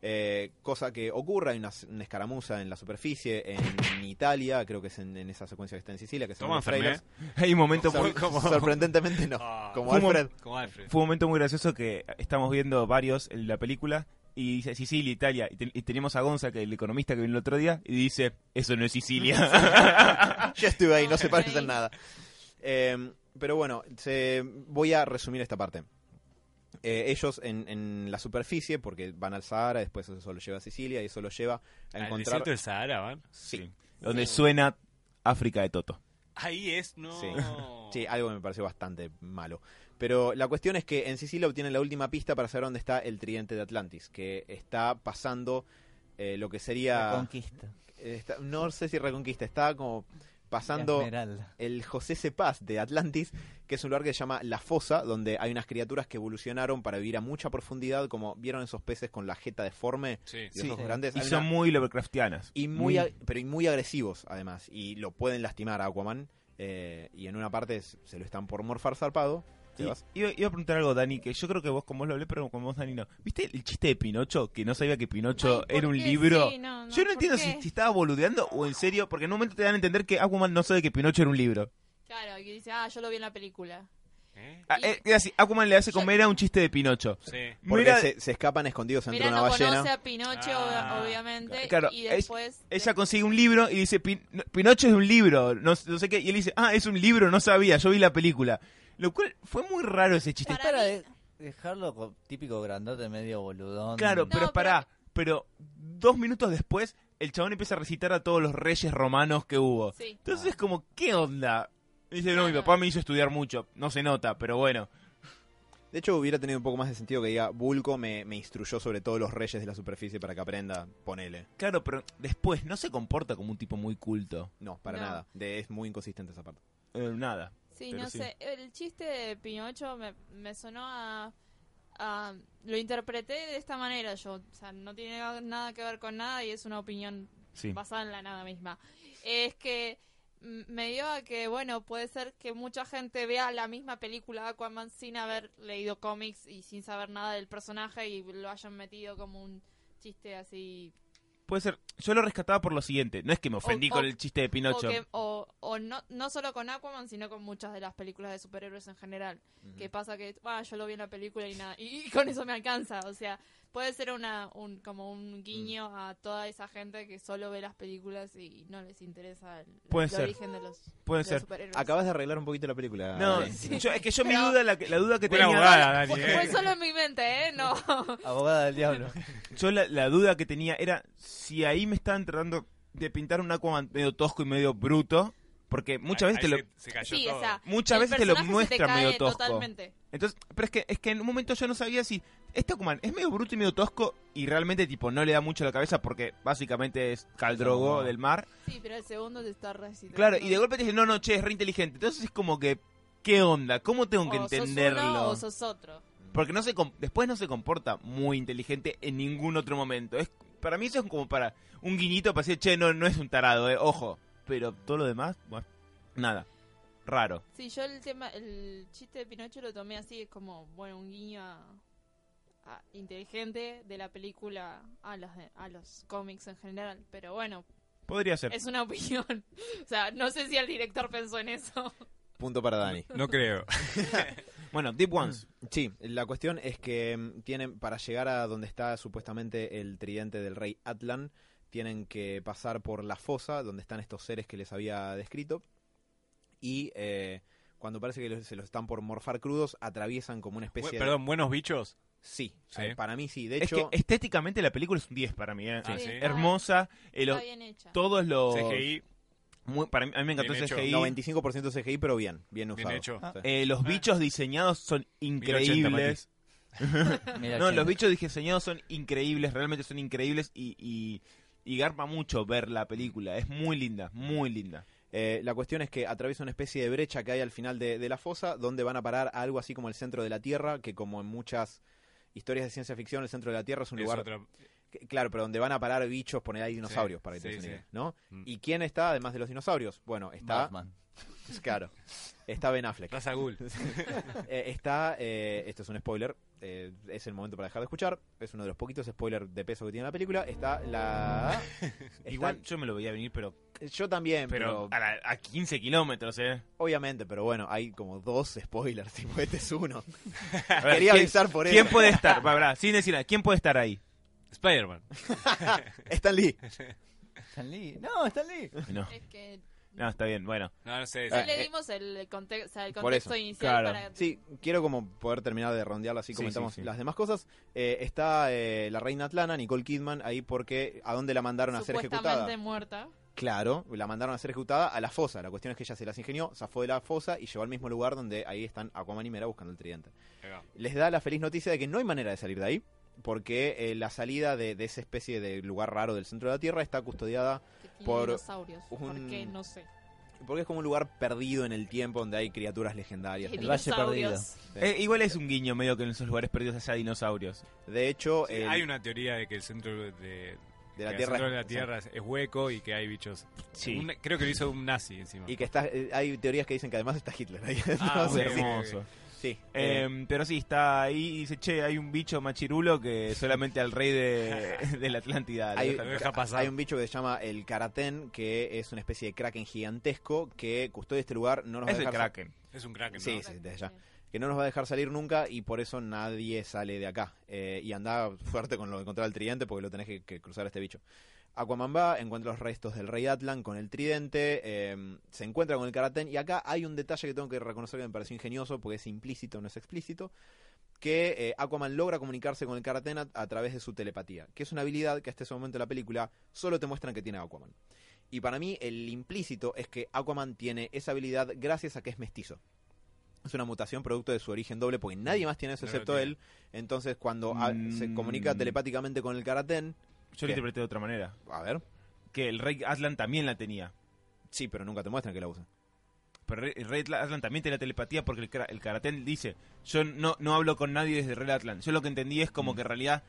E: Eh, cosa que ocurre, hay una, s- una escaramuza en la superficie, en Italia, creo que es en, en esa secuencia que está en Sicilia, que se ven
D: Toma,
E: los trailers.
C: Hay ¿eh? un momento muy,
E: Sor- Sorprendentemente no,
D: Ah.
E: como
C: Fumo-
E: Alfred.
D: Como Alfred.
C: fue un momento muy gracioso que estamos viendo varios en la película y dice Sicilia, Italia. Y, te- y tenemos a Gonza, que el economista que vino el otro día, y dice, eso no es Sicilia.
E: Yo estuve ahí, no se
B: Ok.
E: parecen nada. Eh, pero bueno, se- voy a resumir esta parte. Eh, ellos en, en la superficie, porque van al Sahara, después eso lo lleva a Sicilia y eso lo lleva a
D: Al
E: encontrar...
D: desierto del Sahara, ¿van?
C: Sí. Donde suena África de Toto.
D: Ahí es, no.
E: Sí. Sí, algo que me pareció bastante malo. Pero la cuestión es que en Sicilia obtienen la última pista para saber dónde está el tridente de Atlantis, que está pasando eh, lo que
A: La
E: sería...
A: conquista.
E: eh, está- no sé si Reconquista, está como
A: La
E: pasando
A: Esmeralda.
E: el José C. Paz de Atlantis, que es un lugar que se llama La Fosa, donde hay unas criaturas que evolucionaron para vivir a mucha profundidad, como vieron esos peces con la jeta deforme
D: Sí.
E: y los ojos
A: Sí.
E: grandes.
C: Y
E: Hay
C: son
E: una-
C: muy Lovecraftianas.
E: y muy, ag- pero y muy agresivos, además. Y lo pueden lastimar a Aquaman. eh, y en una parte s- se lo están por morfar zarpado.
C: Sí.
E: Sebas.
C: Iba, iba a preguntar algo, Dani, que yo creo que vos con vos lo hablé, pero con vos, Dani, no. ¿Viste el chiste de Pinocho? Que no sabía que Pinocho
B: Ay, ¿por
C: era un
B: qué?
C: libro.
B: Sí, no, no,
C: yo no
B: ¿por
C: entiendo
B: qué?
C: si, si estaba boludeando o en serio, porque en un momento te dan a entender que Aquaman no sabe que Pinocho era un libro.
B: Claro, que dice, ah, yo lo vi en la película.
D: ¿Eh?
C: Ah, eh, era así, Aquaman le hace
B: Yo-
C: comer a un chiste de Pinocho.
D: Sí.
E: Porque
C: Mira,
E: se, se escapan escondidos entre
B: Mira,
E: una
B: no
E: ballena.
B: conoce a Pinocho,
D: Ah,
B: ob- obviamente.
C: claro,
B: y
C: es-
B: después.
C: ella consigue un libro y dice, "Pin- no, Pinocho es un libro, no, no sé qué. Y él dice, ah, es un libro, no sabía, yo vi la película. Lo cual fue muy raro ese chiste.
B: Para
A: Es para
B: mí-
A: de- dejarlo co- típico grandote medio boludón.
C: Claro,
B: No,
C: pero
B: pero-
C: pará, pero dos minutos después el chabón empieza a recitar a todos los reyes romanos que hubo.
B: Sí.
C: Entonces es como, ¿qué onda? Y Dice, no, mi
B: Claro.
C: papá me hizo estudiar mucho, no se nota, pero bueno.
E: De hecho, hubiera tenido un poco más de sentido que diga, Vulco me, me instruyó sobre todos los reyes de la superficie para que aprenda, ponele.
C: Claro, pero después no se comporta como un tipo muy culto.
E: No, para
B: No.
E: nada. De- es muy inconsistente esa parte.
C: Eh, nada.
B: Sí,
C: Pero
B: no
C: sí.
B: sé. El chiste de Pinocho me, me sonó a, a- Lo interpreté de esta manera yo. O sea, no tiene na- nada que ver con nada y es una opinión
C: Sí.
B: basada en la nada misma. Es que mm, me dio a que, bueno, puede ser que mucha gente vea la misma película Aquaman sin haber leído cómics y sin saber nada del personaje y lo hayan metido como un chiste así
C: Puede ser. Yo lo rescataba por lo siguiente. No es que me ofendí
B: o-
C: con el chiste de
B: o,
C: Pinocho.
B: que- o- o no, no solo con Aquaman, sino con muchas de las películas de superhéroes en general. Que pasa que, ah, yo lo vi en la película y nada, y, y con eso me alcanza. O sea, puede ser una, un, como un
C: Mm.
B: guiño a toda esa gente que solo ve las películas y no les interesa el,
C: Puede
B: el
C: ser.
B: origen de los,
C: Puede
B: de los
C: ser.
B: superhéroes.
E: Acabas de arreglar un poquito la película.
C: No,
E: Ale.
C: yo- es que yo mi
B: Pero-
C: duda, la, que- la duda que
D: Buena
C: tenía.
D: abogada, Dani.
B: Fue, fue solo en mi mente, ¿eh? No.
A: Abogada del diablo.
C: Yo la, la duda que tenía era si ahí me estaban tratando de pintar un Aquaman medio tosco y medio bruto. Porque muchas veces te
D: Ahí
C: lo,
D: se, se cayó
B: Sí,
D: todo.
B: o sea,
C: muchas
B: el
C: veces te lo
B: personaje se
C: muestra
B: cae
C: medio tosco.
B: Totalmente.
C: Entonces, pero es que, es que en un momento yo no sabía si este Aquaman es medio bruto y medio tosco y realmente tipo no le da mucho la cabeza porque básicamente es caldrogo
E: No.
C: del mar.
B: Sí, pero el segundo te está recitando.
C: Claro, y de golpe te dicen, no, no, che, es re inteligente. Entonces es como que, ¿qué onda? ¿Cómo tengo que
B: O Oh, sos uno
C: entenderlo?
B: o sos otro.
C: Porque no se com- después no se comporta muy inteligente en ningún otro momento. Es Para mí eso es como para un guiñito para decir, che, no, no es un tarado, eh, ojo. Pero todo lo demás, bueno, nada. Raro.
B: Sí, yo el tema, el chiste de Pinocho lo tomé así, es como, bueno, un guiño a- a- inteligente de la película a los, de- a los cómics en general. Pero bueno,
C: Podría ser.
B: es una opinión. O sea, no sé si el director pensó en eso.
E: Punto para Dani.
D: No creo.
C: Bueno, Deep Ones.
E: Sí, la cuestión es que mm, tienen, para llegar a donde está supuestamente el tridente del rey Atlan, tienen que pasar por la fosa donde están estos seres que les había descrito. Y eh, cuando parece que los- se los están por morfar crudos, atraviesan como una especie
D: Bu-
E: de.
D: Perdón, buenos bichos.
E: Sí,
D: Sí.
E: eh, para mí sí. De
C: Es
E: hecho,
C: que estéticamente la película es un 10 para mí. eh.
D: Ah, Sí. sí.
C: Hermosa. eh, los-
B: Está bien hecha.
C: todos los...
D: CGI,
C: muy- para mí, a mí me encantó
D: Bien
C: el
D: hecho.
C: CGI.
E: 95% CGI, pero bien, bien usado.
D: bien hecho.
A: Ah.
E: Sí.
C: Eh, los
D: Ah.
C: bichos diseñados son
D: 1080, Mati.
C: increíbles. No, los bichos diseñados son increíbles, realmente son increíbles y, y, y garpa mucho ver la película. Es muy linda, muy linda.
E: Eh, la cuestión es que atraviesa una especie de brecha que hay al final de, de la fosa, donde van a parar a algo así como el centro de la Tierra, que como en muchas historias de ciencia ficción, el centro de la Tierra es un
D: Es
E: lugar,
D: otra-
E: que- claro, pero donde van a parar bichos, poner ahí dinosaurios, para que
D: sí,
E: te des una
D: sí.
E: idea, ¿no?
D: Mm.
E: ¿Y quién está además de los dinosaurios? Bueno, está,
A: Batman.
E: claro, está Ben Affleck.
D: Raza Ghoul.
E: Eh, está, eh, esto es un spoiler, eh, es el momento para dejar de escuchar, es uno de los poquitos spoilers de peso que tiene la película, está la... está-
C: Igual yo me lo veía venir, pero,
E: yo también,
C: pero,
E: pero,
C: a, la- a 15 kilómetros, ¿eh?
E: obviamente, pero bueno, hay como dos spoilers, tipo este es uno.
C: A ver,
E: Quería
C: ¿quién-
E: avisar por
C: ¿Quién
E: eso.
C: puede estar? Pará, pará, sin decir nada, ¿quién puede estar ahí?
D: Spider-Man.
E: Stan Lee.
A: Stan Lee. No, Stan Lee.
C: No,
B: Es que
C: no, está bien, bueno.
D: No, no sé.
B: sí
E: Eh,
B: le
E: eh,
B: dimos el, conte- o sea, el
E: por
B: contexto
E: eso,
B: inicial
C: claro.
B: para...
E: Sí, quiero como poder terminar de rondearla así
C: Sí,
E: comentamos
C: sí, sí.
E: las demás cosas. Eh, está eh, la reina Atlana, Nicole Kidman, ahí porque a dónde la mandaron a ser ejecutada.
B: Supuestamente muerta.
E: Claro, la mandaron a ser ejecutada a la fosa. La cuestión es que ella se las ingenió, zafó de la fosa y llegó al mismo lugar donde ahí están Aquaman y Mera buscando el tridente.
D: Ahí va.
E: Les da la feliz noticia de que no hay manera de salir de ahí. Porque eh, la salida de, de esa especie de lugar raro del centro de la Tierra está custodiada
B: Que tiene
E: Por
B: dinosaurios. ¿Por
E: un-
B: qué? No sé.
E: porque es como un lugar perdido en el tiempo donde hay criaturas legendarias.
A: El Valle Perdido.
B: Dinosaurios.
C: Eh, igual es un guiño medio que en esos lugares perdidos haya dinosaurios.
E: De hecho,
D: Sí,
E: el-
D: Hay una teoría de que el centro de,
E: de
D: que el
E: la Tierra
D: centro de la Tierra es, es hueco y que hay bichos.
C: Sí.
D: Un- creo que lo hizo un nazi encima.
E: Y que está, eh, hay teorías que dicen que además está Hitler ahí.
D: Ah,
E: Entonces,
D: ok, ok.
C: hermoso.
E: sí.
C: Eh,
E: Eh,
C: pero sí, está ahí y dice, che, hay un bicho machirulo que solamente al rey de, de la Atlántida. le
E: hay,
C: dejan-
D: lo deja pasar.
E: hay un bicho que se llama el Karatén, que es una especie de kraken gigantesco que custodia este lugar, no nos va
C: Es
E: a
C: el
E: dejar sa-
C: Kraken.
D: Es un crack, ¿no?
E: Sí, sí, desde ya. que no nos va a dejar salir nunca y por eso nadie sale de acá. Eh, y anda fuerte con lo de encontrar el tridente porque lo tenés que, que cruzar a este bicho. Aquaman va, encuentra los restos del rey Atlan con el tridente, eh, se encuentra con el Karatén y acá hay un detalle que tengo que reconocer que me pareció ingenioso porque es implícito, no es explícito, que eh, Aquaman logra comunicarse con el Karatén a, a través de su telepatía, que es una habilidad que hasta ese momento de la película solo te muestran que tiene Aquaman. Y para mí el implícito es que Aquaman tiene esa habilidad gracias a que es mestizo. Es una mutación producto de su origen doble, porque nadie más tiene eso
D: No lo
E: excepto
D: tiene.
E: él. Entonces, cuando ha- se
C: Mm.
E: comunica telepáticamente con el Karatén,
C: Yo
E: ¿Qué?
C: lo interpreté de otra manera.
E: a ver,
C: Que el Rey Atlan también la tenía.
E: sí, pero nunca te muestran que la usa.
C: Pero Re- el Rey Atla- Atlan también tiene la telepatía porque el, Kra- el Karatén dice, yo no, no hablo con nadie desde el Rey Atlan. Yo lo que entendí es
E: Mm.
C: como que en realidad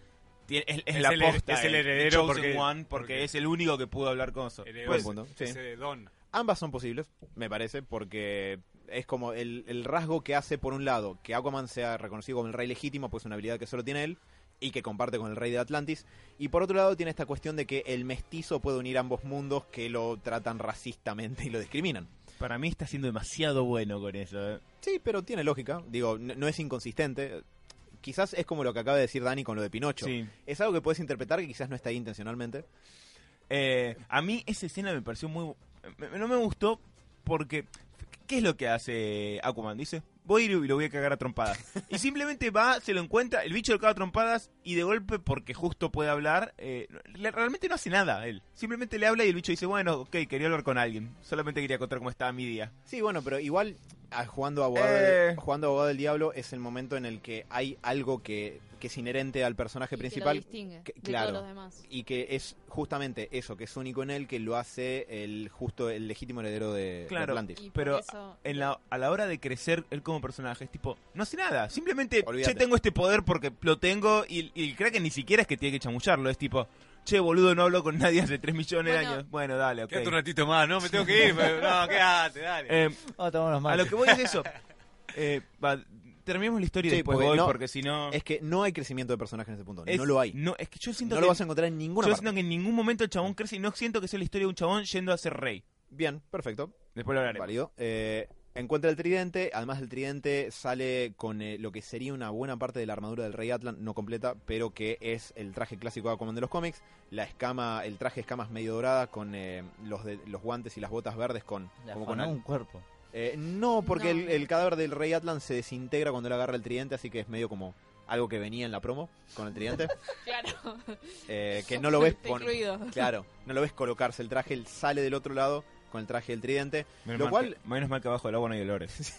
C: tiene- es, es
D: Es
C: la
D: el her-
C: posta.
D: es el heredero
C: Chosen
D: porque-
C: One, porque,
D: porque-
C: es el único que pudo hablar con eso.
D: Heredero.
E: Buen
D: Pues,
E: punto. Sí.
D: Ese de Don.
E: Ambas son posibles, me parece, porque es como el, el rasgo que hace, por un lado, que Aquaman sea reconocido como el rey legítimo, pues es una habilidad que solo tiene él y que comparte con el rey de Atlantis. Y por otro lado, tiene esta cuestión de que el mestizo puede unir ambos mundos que lo tratan racistamente y lo discriminan.
C: Para mí está siendo demasiado bueno con eso. ¿eh?
E: Sí, pero tiene lógica. Digo, no, no es inconsistente. Quizás es como lo que acaba de decir Dani con lo de Pinocho.
C: Sí.
E: Es algo que puedes interpretar que quizás no está ahí intencionalmente.
C: Eh, a mí esa escena me pareció muy... me- no me gustó porque... ¿Qué es lo que hace Aquaman? Dice, voy a ir y lo voy a cagar a trompadas. Y simplemente va, se lo encuentra, el bicho lo caga a trompadas y de golpe, porque justo puede hablar, eh, le- realmente no hace nada él. Simplemente le habla y el bicho dice, bueno, ok, quería hablar con alguien. Solamente quería contar cómo estaba mi día.
E: Sí, bueno, pero igual ah, jugando, abogado
C: Eh.
E: jugando abogado del diablo es el momento en el que hay algo que, que es inherente al personaje
B: Y
E: principal
B: Que lo distingue
E: que-
B: de
E: claro.
B: todos los demás.
E: y que es justamente eso, que es único en él, que lo hace el justo el legítimo heredero de, de
C: Claro.
E: Atlantis.
B: Y
C: Pero-
B: por eso
C: En la, a la hora de crecer él como personaje, es tipo, no hace nada. Simplemente,
E: Olvídate.
C: che, tengo este poder porque lo tengo y, y cree que ni siquiera es que tiene que chamullarlo. Es tipo, che, boludo, no hablo con nadie hace 3 millones
B: Bueno.
C: de años. Bueno, dale, ok.
D: Quédate un ratito más, no, me tengo que ir. pero- no, quédate, dale.
C: Eh,
A: Vamos a tomar unos
C: a lo
A: mates.
C: que voy es eso. Eh, va, terminemos la historia y
E: Sí,
C: después
E: porque
C: voy
E: no-
C: porque si no...
E: Es que no hay crecimiento de personaje en ese punto,
C: es-
E: no lo hay. No,
C: No, es que yo siento
E: lo
C: que...
E: vas a encontrar en ninguna
C: yo
E: parte.
C: siento que en ningún momento el chabón crece y no siento que sea la historia de un chabón yendo a ser rey.
E: Bien, perfecto.
C: Después lo hablaré.
E: Válido. Eh, encuentra el tridente. Además, el tridente sale con eh, lo que sería una buena parte de la armadura del Rey Atlan, no completa, pero que es el traje clásico de Aquaman de los cómics. La escama, el traje de escamas medio dorada con eh, los, de- los guantes y las botas verdes con.
A: Le
E: como con
A: afanó un
E: al-
A: cuerpo.
E: Eh, no, porque
B: No.
E: El, el cadáver del Rey Atlan se desintegra cuando él agarra el tridente, así que es medio como algo que venía en la promo con el tridente.
B: claro
E: eh, que no lo ves
B: Está
E: pon-
B: incluido.
E: Claro, no lo ves colocarse el traje, él sale del otro lado con el traje del tridente.
C: Menos
E: Lo
C: mal
E: cual-
C: que- menos mal que abajo del agua no hay olores.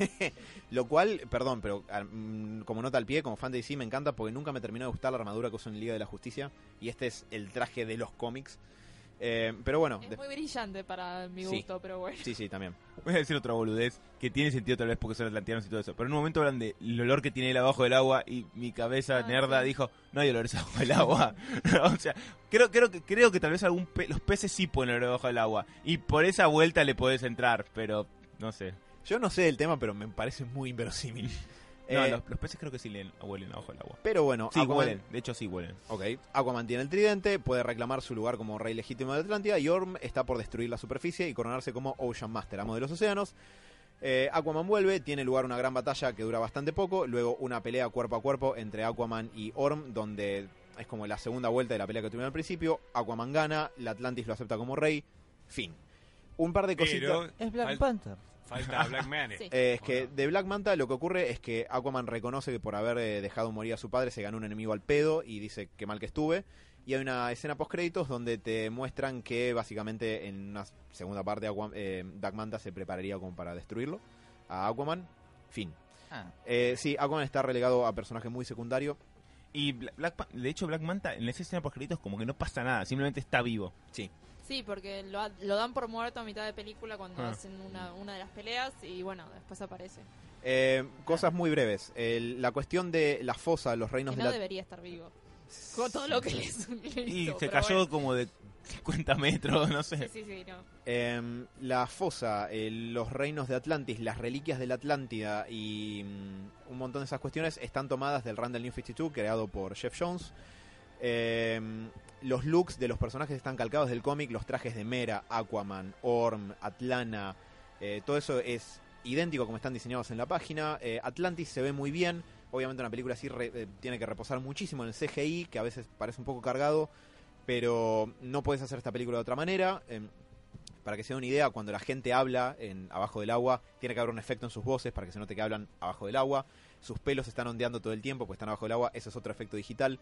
E: Lo cual, perdón, pero ah, mm, como nota al pie, como fan de DC, me encanta porque nunca me terminó de gustar la armadura que uso en Liga de la Justicia. Y este es el traje de los cómics. Eh, pero bueno, de-
B: es muy brillante para mi
E: Sí.
B: gusto pero bueno
E: sí, sí, también.
C: Voy a decir otra boludez que tiene sentido tal vez porque son atlanteanos y todo eso. Pero en un momento hablan de el olor que tiene él abajo del agua y mi cabeza
B: Ah,
C: nerda
B: sí.
C: dijo, no hay olores abajo del agua. o sea, creo, creo, que, creo que tal vez algún pe- los peces sí pueden olor abajo del agua. Y por esa vuelta le podés entrar, pero no sé.
E: Yo no sé del tema, pero me parece muy inverosímil.
C: No,
E: Eh,
C: los, los peces creo que sí leen, huelen abajo del agua.
E: Pero bueno,
C: Sí,
E: Aquaman-
C: huelen. De hecho, sí huelen.
E: Ok, Aquaman tiene el tridente, puede reclamar su lugar como rey legítimo de Atlántida y Orm está por destruir la superficie y coronarse como Ocean Master, amo de los océanos. Eh, Aquaman vuelve, tiene lugar una gran batalla que dura bastante poco, luego una pelea cuerpo a cuerpo entre Aquaman y Orm, donde es como la segunda vuelta de la pelea que tuvieron al principio, Aquaman gana, la Atlantis lo acepta como rey, fin. Un par de cositas...
D: Pero
A: Es Black
D: fal-
A: Panther.
D: falta Black Man.
B: Sí.
E: Eh, es que de Black Manta lo que ocurre es que Aquaman reconoce que por haber eh, dejado morir a su padre se ganó un enemigo al pedo y dice que mal que estuve. Y hay una escena post créditos donde te muestran que básicamente en una segunda parte Aqua- eh, Black Manta se prepararía como para destruirlo a Aquaman. Fin.
A: Ah,
E: Eh, sí, Aquaman está relegado a personaje muy secundario.
C: Y Bla- Black, Pan- de hecho, Black Manta en esa escena post como que no pasa nada. Simplemente está vivo.
B: sí porque lo, lo dan por muerto a mitad de película cuando
C: Ah.
B: hacen una, una de las peleas y bueno después aparece
E: Eh, cosas muy breves. El- la cuestión de la fosa, los reinos
B: que
E: de
B: no
E: la...
B: debería estar vivo con todo lo que le hizo
C: Y se cayó como de 50 metros, no sé.
B: sí sí sí no
E: Em, la fosa, eh, los reinos de Atlantis, las reliquias de la Atlántida y mm, un montón de esas cuestiones están tomadas del Randall New 52 creado por Jeff Jones. Em, los looks de los personajes están calcados del cómic, los trajes de Mera, Aquaman, Orm, Atlana, eh, todo eso es idéntico como están diseñados en la página. Eh, Atlantis se ve muy bien, obviamente una película así re- eh, tiene que reposar muchísimo en el CGI, que a veces parece un poco cargado, pero no puedes hacer esta película de otra manera. Em, para que se den una idea, cuando la gente habla en abajo del agua, tiene que haber un efecto en sus voces para que se note que hablan abajo del agua. Sus pelos están ondeando todo el tiempo, pues están abajo del agua. Eso es otro efecto digital.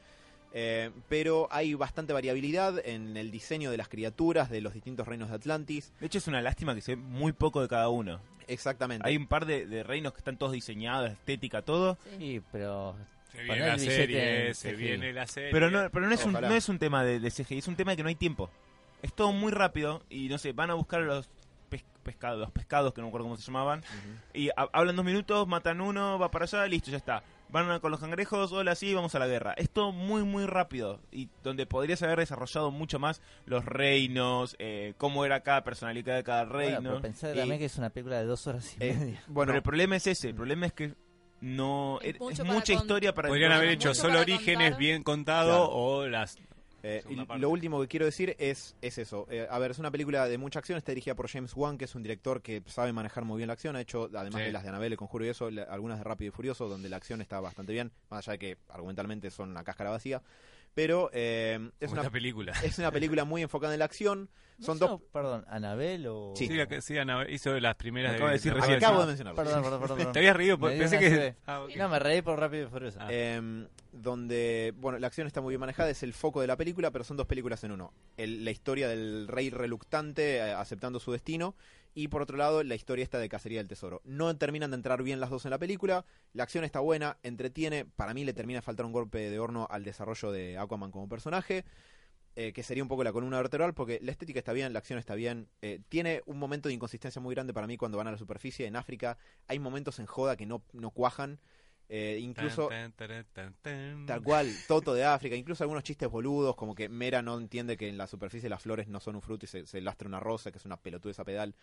E: Eh, pero hay bastante variabilidad en el diseño de las criaturas de los distintos reinos de Atlantis.
C: De hecho, es una lástima que se ve muy poco de cada uno.
E: Exactamente.
C: Hay un par de, de reinos que están todos diseñados, estética, todo.
A: Sí, pero
D: Se
A: Poner
D: viene la
A: el billete
D: serie,
A: en
D: se
A: CGI.
D: viene la
A: Eh,
D: serie.
C: Pero no, pero no es un
E: Ojalá.
C: no es un tema de, de CGI, es un tema de que no hay tiempo. Es todo muy rápido y no sé, van a buscar a los pes- pescados, los pescados que no me acuerdo cómo se llamaban y ha- hablan dos minutos, matan uno, va para allá, listo, ya está. Van a- con los cangrejos, hola, sí, vamos a la guerra. Es todo muy, muy rápido y donde podrías haber desarrollado mucho más los reinos, eh, cómo era cada personalidad de cada
A: bueno,
C: reino.
A: pero pensá
C: Y-
A: también que es una película de dos horas y
E: Eh,
A: media.
E: bueno,
C: Pero el problema es
E: Mm.
C: ese, el problema es que no
B: Es
C: es, es
B: mucho para
C: mucha
B: cont-
C: historia para
D: Podrían haber
B: Mucho
D: hecho
B: para
D: solo
B: contar.
D: orígenes bien contado
E: Claro.
D: o las
E: Eh,
D: Segunda
E: y
D: parte.
E: lo último que quiero decir es, es eso. Eh, a ver, es una película de mucha acción, está dirigida por James Wan, que es un director que sabe manejar muy bien la acción. Ha hecho, además
D: Sí.
E: de las de Anabel, El Conjuro y eso, la- algunas de Rápido y Furioso, donde la acción está bastante bien, más allá de que argumentalmente son una cáscara vacía. Pero eh, es,
D: como
E: una,
D: esta película.
E: es una película muy enfocada en la acción. Son dos.
A: Perdón, Anabel o.
E: Sí.
D: Sí, la que- sí, Ana, hizo las primeras
C: Me acabo de decir
D: la-
C: recién.
D: Ah,
E: Acabo
A: Ah,
E: de mencionarlo.
A: Perdón, perdón, perdón.
D: Te habías reído,
C: pues,
A: Me dio
D: pensé
A: una
D: que...
A: sed.
D: Ah, ok.
A: No, me reí por Rápido y Furioso.
D: Ah.
E: Eh, donde, bueno, la acción está muy bien manejada, es el foco de la película, pero son dos películas en uno. El- la historia del rey reluctante eh, aceptando su destino y por otro lado la historia esta de Cacería del Tesoro. No terminan de entrar bien las dos en la película, la acción está buena, entretiene, para mí le termina de faltar un golpe de horno al desarrollo de Aquaman como personaje. eh, que sería un poco la columna vertebral, porque la estética está bien, la acción está bien. eh, tiene un momento de inconsistencia muy grande para mí cuando van a la superficie. En África hay momentos en joda que no, no cuajan. eh, incluso
D: Tan, tan, tan, tan, tan.
E: Tal cual, Toto de África, incluso algunos chistes boludos, como que Mera no entiende que en la superficie las flores no son un fruto y se, se lastra una rosa, que es una pelotudez a pedal.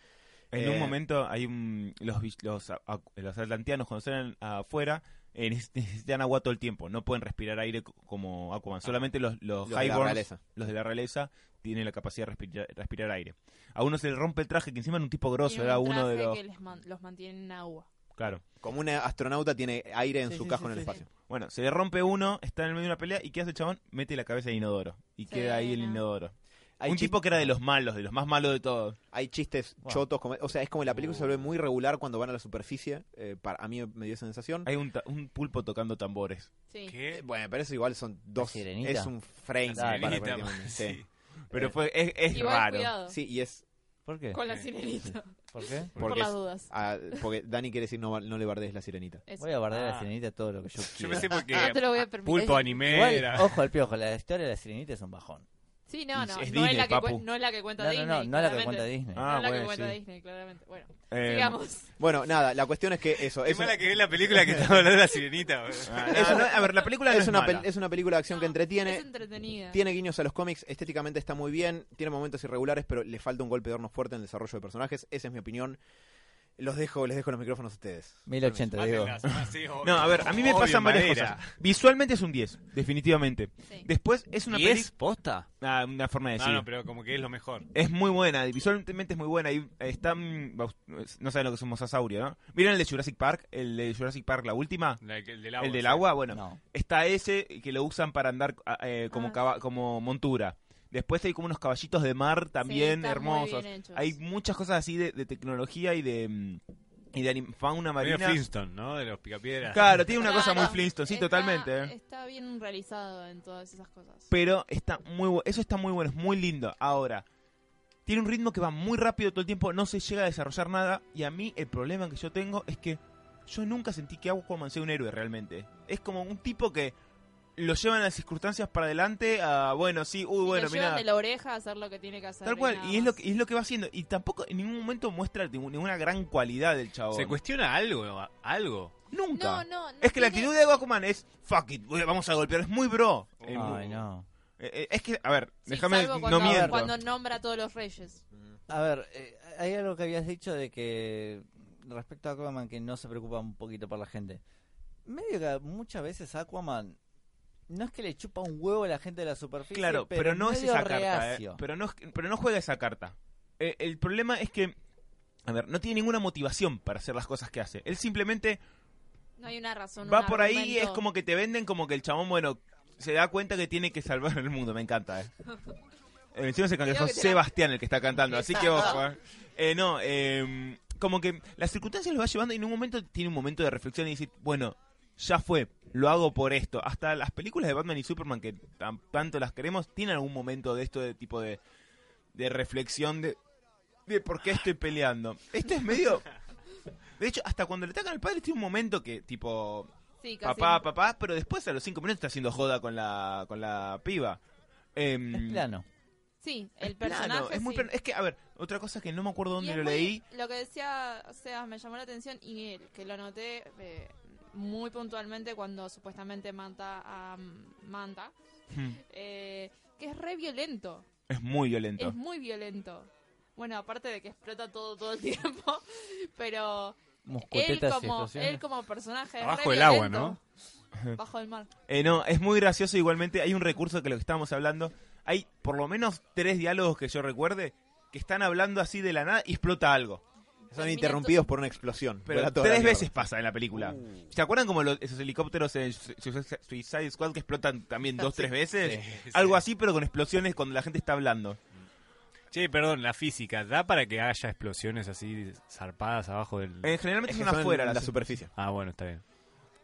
C: En
E: Eh,
C: un momento hay un, los, vi- los, a- a- los atlantianos cuando salen afuera eh, neces- necesitan agua todo el tiempo, no pueden respirar aire co- como Aquaman, solamente los, los,
E: Ah. Los de la
C: highborns,
E: realeza.
C: los de la realeza tienen la capacidad de respirar, respirar aire. A uno se le rompe el traje, que encima era un tipo grosso,
B: Tienen
C: era
B: un
C: uno de
B: traje
C: los...
B: que les man- los mantiene en agua.
C: Claro.
E: Como un astronauta tiene aire en
A: Sí,
E: su
A: sí,
E: casco
A: sí,
E: en el
A: sí.
E: espacio.
C: Bueno, se le rompe uno, está en el medio de una pelea, ¿y qué hace el chabón? Mete la cabeza en el inodoro, y
B: Sí,
C: queda ahí el
B: no.
C: inodoro.
E: Hay,
C: un
E: chi-
C: tipo que era de los malos, de los más malos de todos.
E: hay chistes
A: Wow.
E: chotos, como- o sea, es como la película se vuelve muy regular cuando van a la superficie, eh, para, a mí me dio esa sensación.
C: Hay un, ta- un pulpo tocando tambores.
B: Sí.
E: Eh,
D: ¿Qué?
E: bueno, pero eso igual son dos,
A: sirenita.
E: es un frame.
A: La
E: para
D: Sirenita,
E: prácticamente,
D: man,
E: sí.
D: sí.
C: Pero fue, es, es
B: Igual
C: raro.
B: cuidado
E: Sí, y es
A: ¿Por qué?
B: con la sirenita.
A: ¿Por qué?
B: por
E: porque,
B: las
E: es-
B: dudas.
E: ah, porque Dani quiere decir no, no le bardees la sirenita.
B: Eso. Ah,
A: Voy a guardar a la
D: Ah.
A: sirenita todo lo que yo
D: Yo
A: quiera.
D: pensé
C: Ah,
D: porque...
B: No te lo voy a permitir.
D: Pulpo
A: Igual,
D: anime. era-
C: oh,
A: ojo al piojo, la historia de la sirenita es un bajón.
B: Sí, no, no.
C: Es
B: no,
C: Disney,
B: es la que
C: papu.
B: cuen- no es la que cuenta
A: No, no,
B: Disney.
A: no, no es la que
B: claramente.
A: cuenta Disney.
C: Ah,
B: no es la
C: bueno,
B: que cuenta
C: sí.
B: Disney, claramente. Bueno,
C: Eh,
B: sigamos.
E: Bueno, nada, la cuestión es que eso.
D: Qué
E: es una-
D: mala que es la película que estaba hablando de la sirenita. boludo.
C: Ah, no, no, a ver, la película no
E: es, una
C: mala.
E: pel- es una película de acción que
B: No,
E: entretiene.
B: Ah, Es entretenida.
E: Tiene guiños a los cómics, estéticamente está muy bien, tiene momentos irregulares, pero le falta un golpe de horno fuerte en el desarrollo de personajes. Esa es mi opinión. Los dejo, les dejo los micrófonos a ustedes.
A: 1080, digo.
D: Mátenlas, ah, sí, obvio.
C: No, a ver, a mí me
D: Obvio,
C: pasan varias
D: madera.
C: cosas. Visualmente es un 10, definitivamente.
B: Sí.
C: Después es una
D: ¿Y es
C: peli-
D: posta?
C: Ah, una forma de
D: No,
C: decir.
D: no, pero como que es lo mejor.
C: Es muy buena, visualmente es muy buena. Y están. No saben lo que son mosasaurio, ¿no? ¿Vieron el de Jurassic Park? El de Jurassic Park, la última.
D: La- el del agua.
C: el del
D: sí.
C: agua, bueno.
A: No.
C: Está ese que lo usan para andar ah, eh, como,
B: Ah.
C: caba- como montura. Después hay como unos caballitos de mar también
B: están muy
C: hermosos.
B: bien hechos.
C: Hay muchas cosas así de, de tecnología y de. mm, Y de anim- fauna
D: Medio
C: marina.
D: Flintstone, ¿no? De los picapiedras.
C: Claro, tiene una cosa
B: Claro,
C: muy Flintstone, sí,
B: está-
C: totalmente. ¿eh?
B: Está bien realizado en todas esas cosas.
C: Pero está muy bu- eso está muy bueno, es muy lindo. Ahora, tiene un ritmo que va muy rápido todo el tiempo, no se llega a desarrollar nada. Y a mí el problema que yo tengo es que yo nunca sentí que Aquaman sea un héroe realmente. Es como un tipo que lo llevan las circunstancias para adelante a, bueno, sí, uy,
B: Y
C: bueno,
B: lo llevan
C: mira.
B: de la oreja a hacer lo que tiene que hacer.
C: Tal cual,
B: nada
C: y es, lo
B: más.
C: que, y es lo que va haciendo. Y tampoco en ningún momento muestra ningún- ninguna gran cualidad del chavo.
D: Se cuestiona algo, a- algo.
B: No,
C: Nunca.
B: no, no
C: es que la
B: tiene-
C: actitud de Aquaman es, fuck it, vamos a golpear, es muy bro. Eh,
A: Ay, no.
C: eh, eh, es que, a ver,
B: Sí,
C: déjame,
B: salvo
C: no
B: cuando,
C: miento.
B: cuando nombra a todos los reyes.
A: A ver, eh, hay algo que habías dicho de que respecto a Aquaman que no se preocupa un poquito por la gente. Medio que muchas veces Aquaman no es que le chupa un huevo a la gente de la superficie,
C: Claro, pero, no es
A: medio
C: esa carta. eh.
A: reacio.
C: Pero, no, es- pero no juega esa carta. Eh, el problema es que, a ver, no tiene ninguna motivación para hacer las cosas que hace. Él simplemente
B: No hay una razón.
C: va
B: un
C: por ahí y
B: argumento.
C: es como que te venden como que el chabón, bueno, se da cuenta que tiene que salvar el mundo. Me encanta, eh. Eh, Encima se cantó
B: Creo que te la-
C: Sebastián el que está cantando, así que
B: Exacto.
C: ojo. eh. Eh, no, eh, como que las circunstancias lo va llevando y en un momento tiene un momento de reflexión y decir, bueno, ya fue, lo hago por esto. Hasta las películas de Batman y Superman, que tan- tanto las queremos, tienen algún momento de esto de tipo de, de reflexión de, de por qué estoy peleando. Este es medio... De hecho, hasta cuando le atacan al padre, tiene un momento que, tipo,
B: Sí, casi.
C: papá, papá, pero después a los cinco minutos está haciendo joda con la, con la piba. Em,
A: Es plano.
B: Sí, el
C: es plano,
B: personaje.
C: es muy
B: sí.
C: plano. Es que, a ver, otra cosa que no me acuerdo
B: Y
C: dónde
B: es
C: lo
B: muy-
C: leí.
B: Lo que decía, o sea, me llamó la atención y él, que lo noté eh, muy puntualmente cuando supuestamente mata a mm, Manta,
C: Hmm,
B: eh, que es re violento,
C: Es muy violento.
B: es muy violento. Bueno, aparte de que explota todo todo el tiempo, pero él
A: Mosquetetas y
B: como,
A: explosiones.
B: él como personaje es
D: Abajo
B: re
D: del agua,
B: violento. Bajo el mar.
C: Eh, no, es muy gracioso igualmente. Hay un recurso que lo que estábamos hablando. Hay por lo menos tres diálogos que yo recuerde que están hablando así de la nada y explota algo.
E: Son interrumpidos por una explosión.
C: Pero
E: Vuela toda la
C: tres
E: mierda.
C: veces pasa en la película. ¿Se acuerdan como los- esos helicópteros en Su- Su- Suicide Squad que explotan también dos, tres veces?
D: Sí,
C: Algo
D: sí.
C: así, pero con explosiones cuando la gente está hablando.
D: Che, perdón, la física, ¿da para que haya explosiones así zarpadas abajo del...?
C: Eh, generalmente
E: Es que
C: son
E: son
C: afuera
E: en la
C: las-
E: superficie.
D: Ah, bueno, está bien.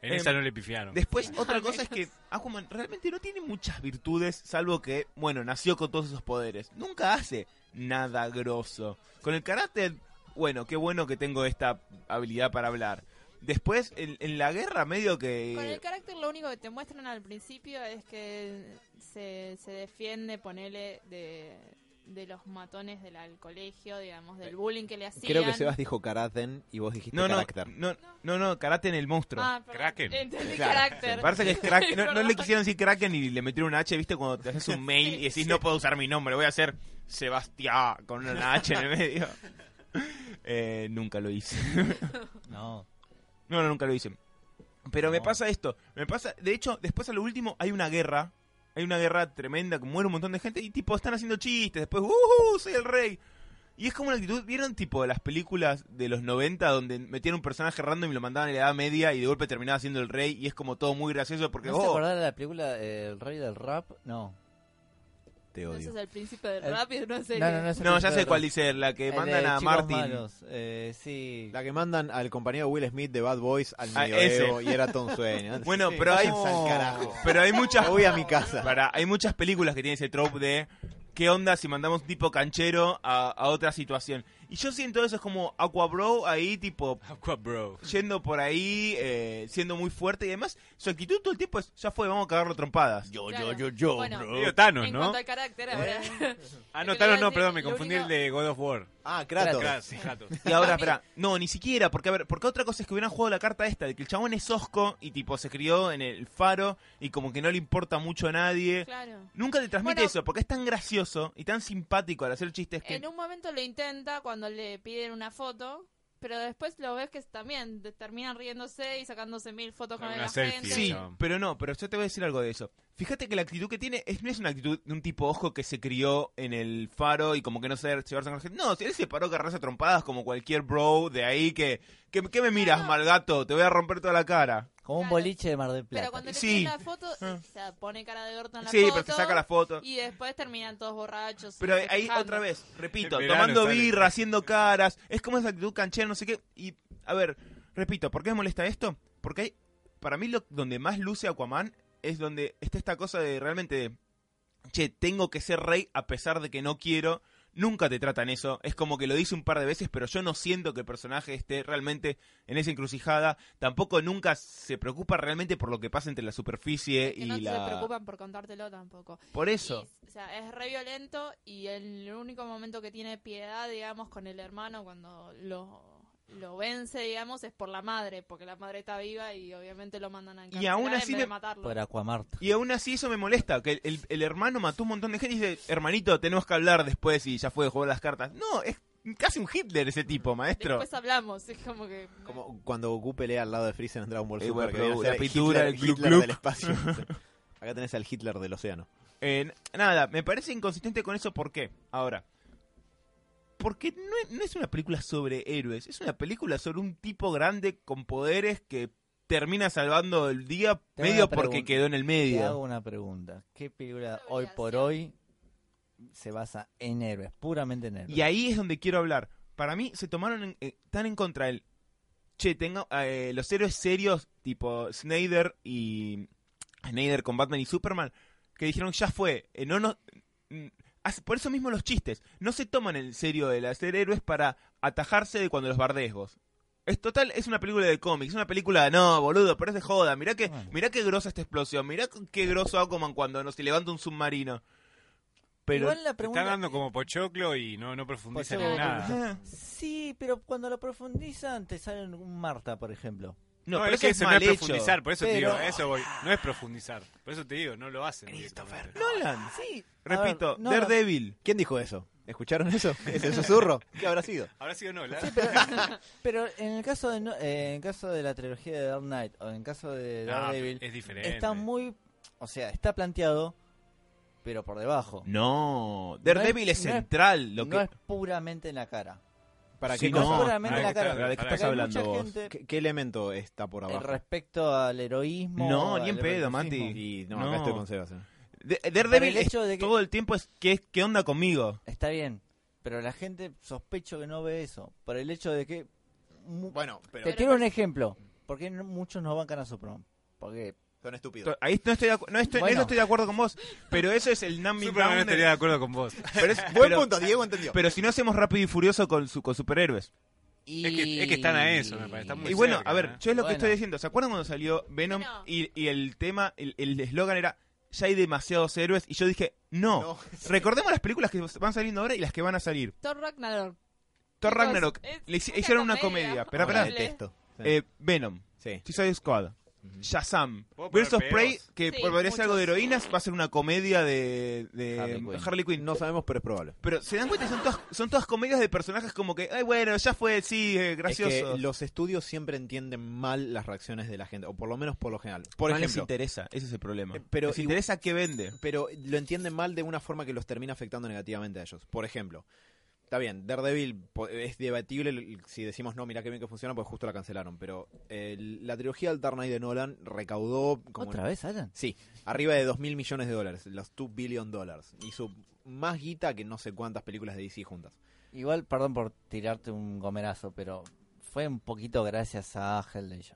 D: En
C: Em,
D: esa no le pifiaron.
C: Después, otra cosa es que Aquaman realmente no tiene muchas virtudes, salvo que, bueno, nació con todos esos poderes. Nunca hace nada grosso. Con el karate, bueno, qué bueno que tengo esta habilidad para hablar. Después, en, en la guerra, medio
B: Con el
C: que...
B: carácter lo único que te muestran al principio es que se, se defiende, ponele, de, de los matones del al colegio, digamos, del bullying que le hacían.
E: Creo que Sebas dijo Karaten y vos dijiste
C: No, no,
E: carácter.
C: no, no, no, karate en el monstruo.
B: Ah, perdón,
D: Kraken.
B: Entendí
E: Claro,
B: carácter.
C: Parece que es Kraken. No, no le
B: Perdón.
C: quisieron decir Kraken y le metieron una H, ¿viste? Cuando te haces un mail y decís, no puedo usar mi nombre, voy a hacer Sebastián con una H en el medio. Eh, nunca lo hice.
A: No.
C: No, no, nunca lo hice. Pero me
A: No.
C: pasa esto. Me pasa, de hecho, después a lo último hay una guerra. Hay una guerra tremenda que muere un montón de gente y tipo están haciendo chistes. Después, ¡uh! Soy el rey. Y es como una actitud, ¿vieron tipo las películas de los 90 donde metían un personaje random y lo mandaban a la edad media y de golpe terminaba siendo el rey y es como todo muy gracioso porque
A: ¿No se
C: oh,
A: acordar de la película eh, El Rey del Rap? No.
E: Te
B: No,
E: odio.
B: ese es el príncipe del
A: El-
B: rap y de una serie.
A: No, no, no, es el
C: No,
A: Rey
C: ya
A: del
C: sé
A: Rap.
C: cuál dice, la que
A: El de
C: mandan a
A: Chicos
C: Martin.
A: Malos, eh, sí.
E: La que mandan al compañero Will Smith de Bad Boys al
C: Ah,
E: medioevo y era todo un sueño.
C: Bueno,
A: Sí,
C: pero hay
E: váyanse al carajo.
C: pero hay muchas
E: Voy a mi casa.
C: Pará, hay muchas películas que tienen ese trope de qué onda si mandamos un tipo canchero a, a otra situación. Y yo siento eso es como Aqua Bro ahí tipo
D: Aqua Bro.
C: yendo por ahí, eh, siendo muy fuerte y además su actitud todo el tiempo es ya fue, vamos a cagarlo a trompadas. Yo,
B: Claro. yo, yo, Bueno. bro.
D: Medio Thanos,
B: en
D: ¿no?
B: cuanto al carácter, ahora.
D: Ah,
B: Lo
D: no,
B: que iba
D: Thanos
B: a
D: no,
B: decir,
D: perdón, me
B: lo
D: confundí
B: único-
D: el de God of War.
E: Ah, Kratos.
D: Claro, sí, Kratos.
C: Y ahora, espera, no, ni siquiera, porque a ver, porque otra cosa es que hubieran jugado la carta esta, de que el chabón es osco y tipo se crió en el faro y como que no le importa mucho a nadie.
B: Claro.
C: Nunca te transmite
B: Bueno.
C: eso, porque es tan gracioso y tan simpático al hacer chistes que...
B: En un momento lo intenta cuando le piden una foto, pero después lo ves que también te- terminan riéndose y sacándose mil fotos con
D: Una
B: la
D: selfie,
B: gente.
C: Sí,
D: chabón.
C: pero no, pero yo te voy a decir algo de eso. Fíjate que la actitud que tiene es, no es una actitud de un tipo ojo que se crió en el faro y como que no sabe llevarse con la gente. No, si él se paró a agarrarse a trompadas como cualquier bro de ahí que... que, que me miras,
B: No, no.
C: mal gato? Te voy a romper toda la cara.
A: Como un
B: Claro.
A: boliche de Mar del Plata.
B: Pero cuando le
C: Sí.
B: piden la foto,
C: Ah.
B: o sea, pone cara de orto en la
C: Sí,
B: foto.
C: pero te saca la foto.
B: Y después terminan todos borrachos.
C: Pero
B: y
C: ahí
B: festejando.
C: otra vez, repito,
D: En verano
C: tomando
D: sale.
C: birra, haciendo caras, es como esa actitud canchera, no sé qué. Y, a ver, repito, ¿por qué me molesta esto? Porque hay, para mí lo, donde más luce Aquaman es donde está esta cosa de realmente, de, che, tengo que ser rey a pesar de que no quiero. Nunca te tratan eso, es como que lo dice un par de veces, pero yo no siento que el personaje esté realmente en esa encrucijada. Tampoco nunca se preocupa realmente por lo que pasa entre la superficie
B: Que
C: y
B: no se
C: la...
B: preocupan por contártelo tampoco.
C: Por eso.
B: Y, o sea, es re violento y el único momento que tiene piedad, digamos, con el hermano cuando lo, lo vence, digamos, es por la madre, porque la madre está viva y obviamente lo mandan a encarcelar
C: aún
B: en
C: así
B: vez
C: me-
B: de matarlo.
A: Por Aquamarta.
C: Y aún así eso me molesta, que el, el- el hermano mató un montón de gente y dice, hermanito, tenemos que hablar después y ya fue, jugó las cartas. No, es casi un Hitler ese tipo, maestro.
B: Después hablamos, es como que...
E: Como cuando Goku pelea al lado de Freezer en Dragon Ball
C: Eh, bueno,
E: Super. que
C: pero
E: viene
C: la
E: a ser
C: pintura,
E: Hitler-
C: el gluc,
E: Hitler
C: gluc.
E: del espacio. Sí. Acá tenés al Hitler del océano.
C: Eh, n- nada, me parece inconsistente con eso, ¿por qué? Ahora, porque no es, no es una película sobre héroes, es una película sobre un tipo grande con poderes que termina salvando el día
A: Te hago
C: medio
A: una
C: porque
A: pregunta.
C: quedó en el
A: Te hago
C: medio.
A: una pregunta. ¿Qué película
B: Una
A: hoy por
B: obligación.
A: hoy se basa en héroes? Puramente en héroes.
C: Y ahí es donde quiero hablar. Para mí se tomaron en- eh, tan en contra el... Che, tengo eh, los héroes serios tipo Snyder y... Snyder con Batman y Superman, que dijeron ya fue, eh, no nos... mm, hace- Por eso mismo los chistes, no se toman en serio el hacer héroes para atajarse de cuando los bardesgos. Es total, es una película de cómics, es una película, no, boludo, pero es de joda. Mirá que,
A: Bueno.
C: mirá qué grosa esta explosión, mirá qué groso Aquaman cuando nos levanta un submarino. Pero
A: Igual la
D: Te Está
A: pregunta.
D: dando como pochoclo y no, no profundiza
B: Pochoclo.
D: en nada.
C: Ah,
A: Sí, pero cuando lo profundizan te salen un Marta, por ejemplo.
C: no,
D: No,
C: pero
D: es que eso no
C: mal
D: es
C: hecho.
D: profundizar, por eso te
A: Pero-
D: digo, a eso voy. No es profundizar, por eso te digo, no lo hacen.
E: Christopher,
D: directamente.
C: Nolan,
A: Sí.
C: Ah, repito,
A: no,
C: Daredevil.
E: ¿Quién dijo eso? ¿Escucharon eso? ¿Ese susurro? ¿Qué habrá sido?
D: Habrá sido Nolan.
A: Pero en el caso de no- eh, en caso de la trilogía de Dark Knight o en el caso de
C: Ah,
D: No,
A: Daredevil,
D: Ah, es diferente.
A: está muy, o sea, está planteado, pero por debajo.
C: No, Daredevil
A: No
C: es,
A: es- no es-
C: central, lo que...
A: No es puramente en la cara.
E: ¿Para
C: Sí,
E: qué,
C: no. ah,
A: No, es
E: cosa?
A: puramente en la cara.
C: ¿De qué
D: Porque
C: estás
A: Porque hay
C: hablando
A: mucha
C: vos?
A: gente,
E: ¿Qué, qué elemento está por
A: eh,
E: abajo?
A: respecto al heroísmo.
C: No, ni en
A: al
C: pedo,
A: romanticismo.
C: Mati.
E: Y no, acá
C: No.
E: estoy con Sebas. eh.
C: De-
A: Para
C: Daredevil
A: el hecho de
C: es-
A: que-
C: todo el tiempo es ¿qué, qué onda conmigo?
A: Está bien, pero la gente sospecho que no ve eso. Por el hecho de que. mu-
E: Bueno, pero
A: te tiro un ejemplo. Porque muchos no bancan a Superman. Porque.
E: son estúpidos.
C: To- Ahí no estoy de, acu- no estoy, en
A: Bueno.
C: eso estoy de acuerdo con vos, pero eso es el Nambi
D: Superman no estaría de acuerdo con vos.
C: pero, es-
E: Buen
C: pero-
E: punto, Diego entendió.
C: pero si no hacemos rápido y furioso con, su, con superhéroes.
D: Es que- es que están a eso, me parece, están Muy
C: y bueno,
D: cerca,
C: a ver,
D: ¿eh?
C: yo es lo que
A: Bueno.
C: estoy diciendo. ¿Se acuerdan cuando salió Venom
B: Bueno.
C: y, y el tema, el el eslogan era ya hay demasiados héroes? Y yo dije, no.
E: No.
C: Recordemos las películas que van saliendo ahora y las que van a salir.
B: Thor Ragnarok.
C: Thor
B: Chicos,
C: Ragnarok,
B: es
C: le hici-
B: una
C: hicieron una
B: comedia.
C: comedia. Pero,
E: Ahora
B: Ahora
C: pará,
B: Horrible.
E: detesto. Sí.
C: eh, Venom,
E: sí.
C: Suicide Squad,
E: Ujú.
C: Shazam,
D: Puedo poner
C: Versus Prey,
D: peos.
C: que
B: Sí,
C: podría ser algo de
B: muchos.
C: heroínas, va a ser una comedia de, de
A: Harley Quinn.
C: Eh, Harley Quinn.
E: No sabemos, pero es probable.
C: Pero se dan cuenta, son todas, son todas comedias de personajes como que, ay, bueno, ya fue, sí, eh, gracioso.
E: Es que los estudios siempre entienden mal las reacciones de la gente, o por lo menos por lo general. Por
C: No les
E: ejemplo,
C: interesa, ese es el problema.
E: Eh, pero
C: les
E: igual-
C: interesa qué vende.
E: pero lo entienden mal de una forma que los termina afectando negativamente a ellos. Por ejemplo, está bien, Daredevil po- es debatible el- si decimos no, mira qué bien que funciona, pues justo la cancelaron. Pero eh, la trilogía del Dark Knight de Nolan recaudó como
A: ¿Otra vez, Alan?
E: Sí, arriba de 2 mil millones de dólares, los 2 billion dólares. Hizo más guita que no sé cuántas películas de DC juntas.
A: Igual, perdón por tirarte un gomerazo, pero fue un poquito gracias a Hellraiser.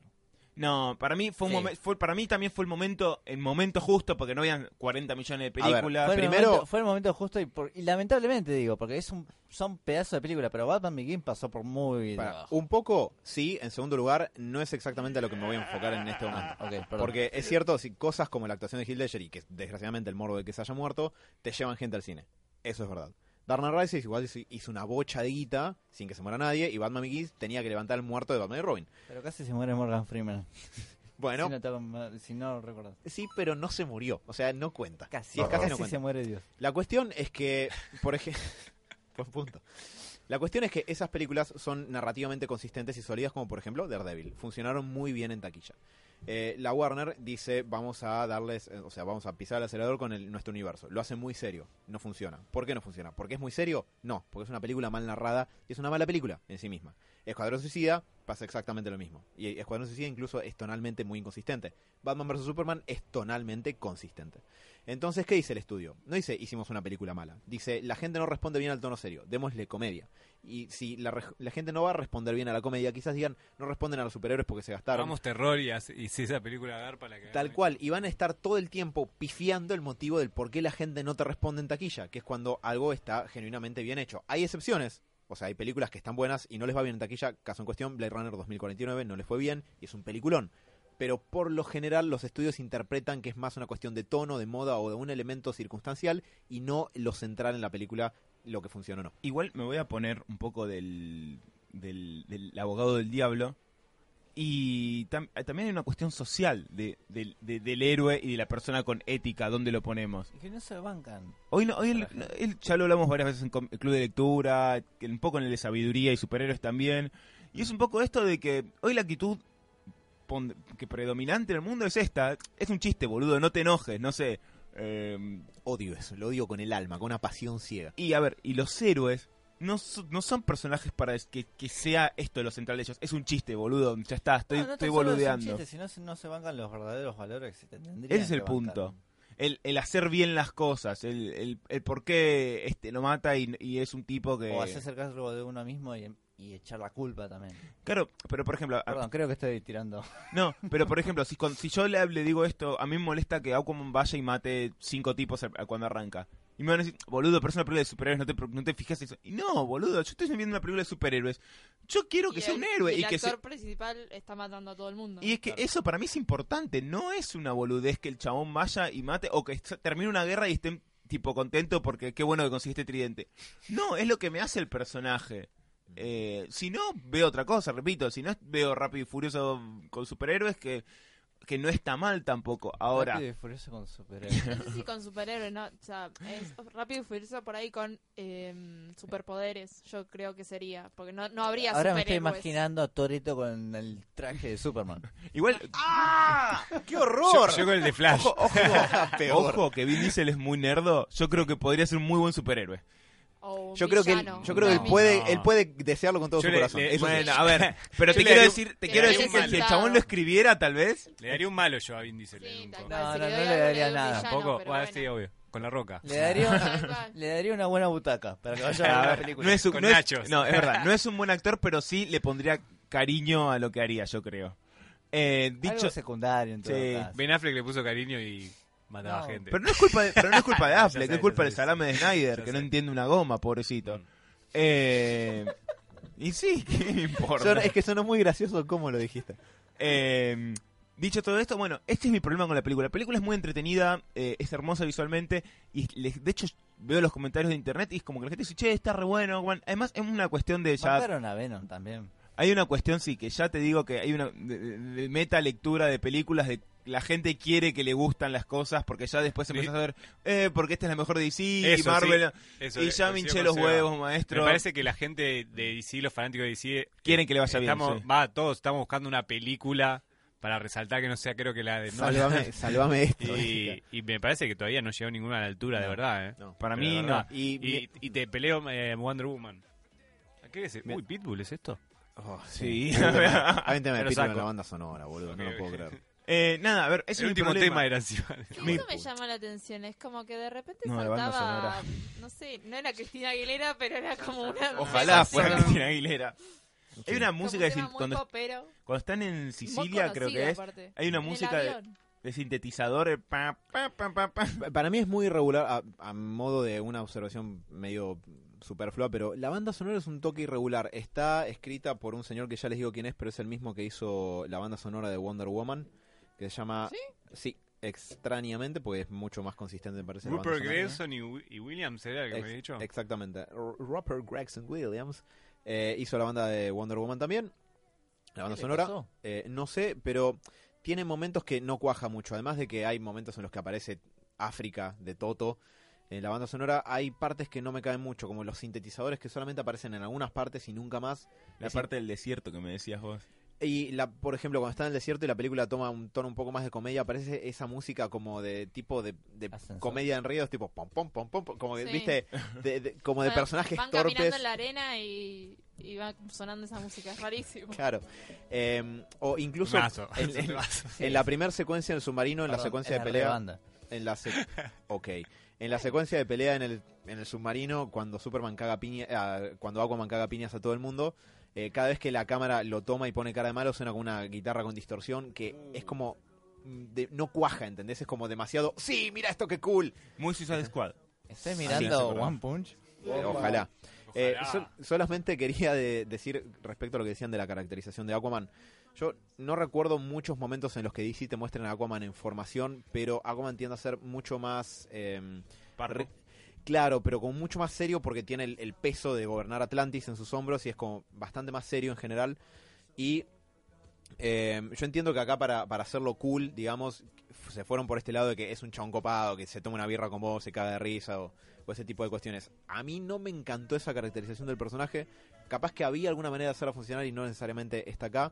C: No, para mí fue un
A: Sí.
C: momen- fue para mí también fue el momento, el momento justo, porque no habían 40 millones de películas.
E: Ah,
A: Fue el,
E: primero-
A: momento, fue el momento justo y, por- y lamentablemente digo, porque es un, son pedazos de película, pero Batman Begins pasó por muy...
E: Para-
A: debajo.
E: un poco, sí, en segundo lugar, no es exactamente a lo que me voy a enfocar en este momento.
A: Ok, perdón.
E: Porque es cierto, si cosas como la actuación de Heath Ledger y que desgraciadamente el morbo de que se haya muerto, te llevan gente al cine. Eso es verdad. Dark Knight Rises igual hizo- hizo una bochadita sin que se muera nadie y Batman Begins tenía que levantar el muerto de Batman y Robin.
A: Pero casi se muere Morgan Freeman.
E: Bueno,
A: Si no, te- si no recuerdo.
E: sí, pero no se murió. O sea, no cuenta.
A: Casi,
E: Sí, es casi
A: casi
E: no cuenta.
A: se muere Dios.
E: La cuestión es que, por ejemplo, buen punto. La cuestión es que esas películas son narrativamente consistentes y sólidas, como por ejemplo Daredevil. Funcionaron muy bien en taquilla. Eh, la Warner dice, vamos a darles, eh, o sea, vamos a pisar el acelerador con el- nuestro universo. Lo hace muy serio, no funciona. ¿Por qué no funciona? ¿Porque es muy serio? No, porque es una película mal narrada y es una mala película en sí misma. Escuadrón Suicida pasa exactamente lo mismo. Y Escuadrón Suicida incluso es tonalmente muy inconsistente. Batman vs. Superman es tonalmente consistente. Entonces, ¿qué dice el estudio? No dice hicimos una película mala. Dice, la gente no responde bien al tono serio, démosle comedia. Y si la, re- la gente no va a responder bien a la comedia, quizás digan, no responden a los superhéroes porque se gastaron.
D: Vamos terror y, así- y si esa película garpa la que
E: Tal cual, y van a estar todo el tiempo pifiando el motivo del por qué la gente no te responde en taquilla, que es cuando algo está genuinamente bien hecho. Hay excepciones, o sea, hay películas que están buenas y no les va bien en taquilla, caso en cuestión, Blade Runner 2049 no les fue bien y es un peliculón. Pero por lo general los estudios interpretan que es más una cuestión de tono, de moda o de un elemento circunstancial y no lo central en la película, lo que funciona o no.
C: Igual me voy a poner un poco del, del, del abogado del diablo. Y tam- eh, también hay una cuestión social de- del- de- del héroe y de la persona con ética, ¿dónde lo ponemos?
A: Y que no se bancan.
C: Hoy, no, hoy el- el- ya lo hablamos varias veces en com- el club de lectura, que un poco en el de sabiduría y superhéroes también. Y es un poco esto de que hoy la actitud pon- que predominante en el mundo es esta. Es un chiste, boludo, no te enojes, no sé. Eh,
E: Em, Odio eso, lo odio con el alma, con una pasión ciega.
C: y a ver, y los héroes no, so- no son personajes para es- que, que sea esto lo central de ellos. Es un chiste, boludo, ya está, estoy,
A: No, no
C: estoy
A: tan solo es un
C: boludeando.
A: chiste, Si no, se- no se bancan los verdaderos valores que se tendrían
C: Ese es
A: que
C: el
A: bancar.
C: punto. El, el hacer bien las cosas, el, el, el por qué este, lo mata y, y es un tipo que...
A: O hacerse el cargo de uno mismo y, y echar la culpa también.
C: Claro, pero por ejemplo, a-
A: Perdón, creo que estoy tirando.
C: no, pero por ejemplo, si, con- si yo le, le digo esto, a mí me molesta que Aquaman vaya y mate cinco tipos a- a cuando arranca. Y me van a decir, boludo, pero es una película de superhéroes, no te, pro- no te fijas en eso. Y no, boludo, yo estoy viendo una película de superhéroes. Yo quiero que
B: Y
C: sea
B: el-
C: un héroe.
B: Y,
C: Y,
B: el
C: que se-
B: actor principal está matando a todo el mundo.
C: y es que eso para mí es importante. No es una boludez que el chabón vaya y mate o que est- termine una guerra y estén tipo contento porque qué bueno que conseguiste tridente. No, es lo que me hace el personaje. Eh, si no, veo otra cosa, repito. Si no, veo Rápido y Furioso con superhéroes que, que no está mal tampoco. Ahora,
A: Rápido y furioso con superhéroes.
B: No sé si con superhéroes, ¿no? O sea, es rápido y furioso por ahí con eh, superpoderes, yo creo que sería. Porque no, no habría
A: Ahora me estoy
B: superhéroes.
A: imaginando a Toreto con el traje de Superman.
C: igual,
E: ¡Ah! ¡Qué horror!
D: Yo, yo con el de Flash.
E: Ojo, ojo, peor.
C: ojo que Vin Diesel es muy nerdo. Yo creo que podría ser un muy buen superhéroe.
B: O un
E: Yo creo que él,
B: villano,
E: yo creo que él
B: un
E: puede,
D: No.
E: él puede desearlo con todo
D: Ah. Yo
E: su
D: le-
E: corazón.
D: le-
E: Eso sí.
C: Bueno, a ver, pero
D: Yo
C: te
D: le
C: quiero
D: daría
C: decir, te
B: le
C: quiero
B: daría
C: decir
B: un
C: que si el
B: mandado.
C: chabón lo escribiera, tal vez.
D: Le daría un malo yo a Vin Diesel.
B: Sí,
D: en un
B: tal
D: cómic.
B: cual,
A: No,
B: si
A: no,
B: le
A: no
B: doy
A: le
B: algo,
A: daría
B: doy un
A: nada.
B: villano,
D: Tampoco,
B: pero
D: ah,
B: bueno.
D: sí, obvio, con la roca.
A: Le daría,
B: Tal cual.
A: le daría una buena butaca para que vaya a ver la película.
C: No es, un-
D: Con
C: no, es-
D: nachos.
C: no, es verdad, no es un buen actor, pero sí le pondría cariño a lo que haría, yo creo. Eh, dicho,
A: Algo secundario en todo
C: Sí.
A: caso.
D: Ben Affleck le puso cariño y mataba
A: No,
D: gente.
C: pero no es culpa de, pero no es culpa de
D: Ya
C: Affleck,
D: sé,
C: es culpa
D: ya
C: del
D: sé.
C: salame de Snyder,
D: Ya
C: que
D: sé.
C: no entiende una goma, pobrecito. Eh, y sí, ¿qué me importa?
E: Son- es que sonó muy gracioso cómo lo dijiste.
C: Eh, dicho todo esto, bueno, este es mi problema con la película. La película es muy entretenida, eh, es hermosa visualmente, y les- de hecho veo los comentarios de internet y es como que la gente dice, che, está re bueno. bueno". Además, es una cuestión de ya...
A: Mataron a Venom también.
C: Hay una cuestión, sí, que ya te digo que hay una de, de- meta lectura de películas de la gente quiere que le gustan las cosas porque ya después
D: Sí.
C: empezás a ver, eh, porque esta es la mejor de DC
D: Eso,
C: y Marvel.
D: Eso,
C: y
D: eh,
C: ya
D: coincido
C: me hinché
D: con
C: los
D: Seba.
C: huevos, maestro.
D: Me parece que la gente de DC, los fanáticos de DC,
C: Quieren que le vaya bien.
D: estamos,
C: sí.
D: va, todos estamos buscando una película para resaltar que no sea, creo que la de Nolan.
E: Salvame, salvame esto.
D: Y, y me parece que todavía no llegó ninguna a la altura, de
E: No,
D: verdad. ¿eh?
E: no.
C: Para
D: Pero
C: mí
D: de
C: no.
D: verdad.
C: Y,
D: Y, y te peleo eh, Wonder Woman. ¿A ¿Qué es? Uy, Pitbull, ¿es esto?
E: Oh,
C: sí.
E: Hay un tema
D: Te
E: de
D: lo
E: Pitbull en
D: saco.
E: la banda sonora, boludo. no
D: Ok,
E: lo puedo
D: ok.
E: creer.
C: eh, nada, a ver, ese es mi
D: el último
C: problema.
D: tema era así.
B: Eso
C: Mi-
B: me llama la atención, es como que de repente
C: No, la banda
B: saltaba, no sé, no era Cristina Aguilera, pero era como una...
C: Ojalá fuera
B: como
C: Cristina Aguilera. Hay una
B: un
C: música de
B: tema
C: sin-
B: muy
C: cuando,
B: popero,
C: cuando están en
B: muy
C: Sicilia, creo
B: conocida,
C: que es.
B: aparte.
C: Hay una
B: En el
C: música de,
B: avión.
C: de sintetizador. eh, pa, pa, pa, pa, pa.
E: Para mí es muy irregular, a, a modo de una observación medio superflua, pero la banda sonora es un toque irregular. Está escrita por un señor que ya les digo quién es, pero es el mismo que hizo la banda sonora de Wonder Woman, que se llama... Sí, extrañamente, porque es mucho más consistente, me parece. la banda
D: Rupert
E: sonora.
D: Gregson y, Wi- y Williams era el que me
E: Ex-
D: había dicho.
E: Exactamente. R- Rupert Gregson Williams eh, hizo la banda de Wonder Woman también. La banda
A: ¿Qué le
E: sonora.
A: pasó?
E: Eh, no sé, pero tiene momentos que no cuaja mucho. Además de que hay momentos en los que aparece África de Toto. En la banda sonora hay partes que no me caen mucho, como los sintetizadores que solamente aparecen en algunas partes y nunca más.
C: La
E: Es
C: parte del desierto que me decías vos.
E: Y, la, por ejemplo, cuando está en el desierto y la película toma un tono un poco más de comedia, aparece esa música como de tipo de, de
A: Ascensor.
E: comedia en ríos, tipo pom, pom, pom, pom, pom, como que,
B: Sí.
E: viste, de- de- como de
B: Van-
E: personajes
B: van caminando
E: torpes.
B: en la arena y, y va sonando esa música, es rarísimo.
E: Claro. Eh, o incluso
D: Mazo.
E: en, en- en la primera secuencia en el submarino, en la
A: Perdón,
E: secuencia
A: era
E: de pelea.
A: rebanda.
E: En la sec- ok. En la secuencia de pelea en el, en el submarino, cuando Superman caga piña, ah, cuando Aquaman caga piñas a todo el mundo, eh, cada vez que la cámara lo toma y pone cara de malo, suena con una guitarra con distorsión que es como mm, de- no cuaja, ¿entendés? Es como demasiado, sí, mira esto que cool.
C: Muy Suicide Squad.
A: Estoy
C: Ah, sí,
A: mirando
C: sí, perdón.
A: One Punch.
E: Eh, ojalá. Eh,
D: Ojalá.
E: sol- solamente quería de- decir respecto a lo que decían de la caracterización de Aquaman. Yo no recuerdo muchos momentos en los que DC te muestran a Aquaman en formación, pero Aquaman tiende a ser mucho más... em,
C: Parro.
E: re- claro, pero con mucho más serio porque tiene el, el peso de gobernar Atlantis en sus hombros y es como bastante más serio en general. Y em, yo entiendo que acá para, para hacerlo cool, digamos, se fueron por este lado de que es un chabón copado, que se toma una birra con vos, se caga de risa o, o ese tipo de cuestiones. A mí no me encantó esa caracterización del personaje. Capaz que había alguna manera de hacerla funcionar y no necesariamente está acá.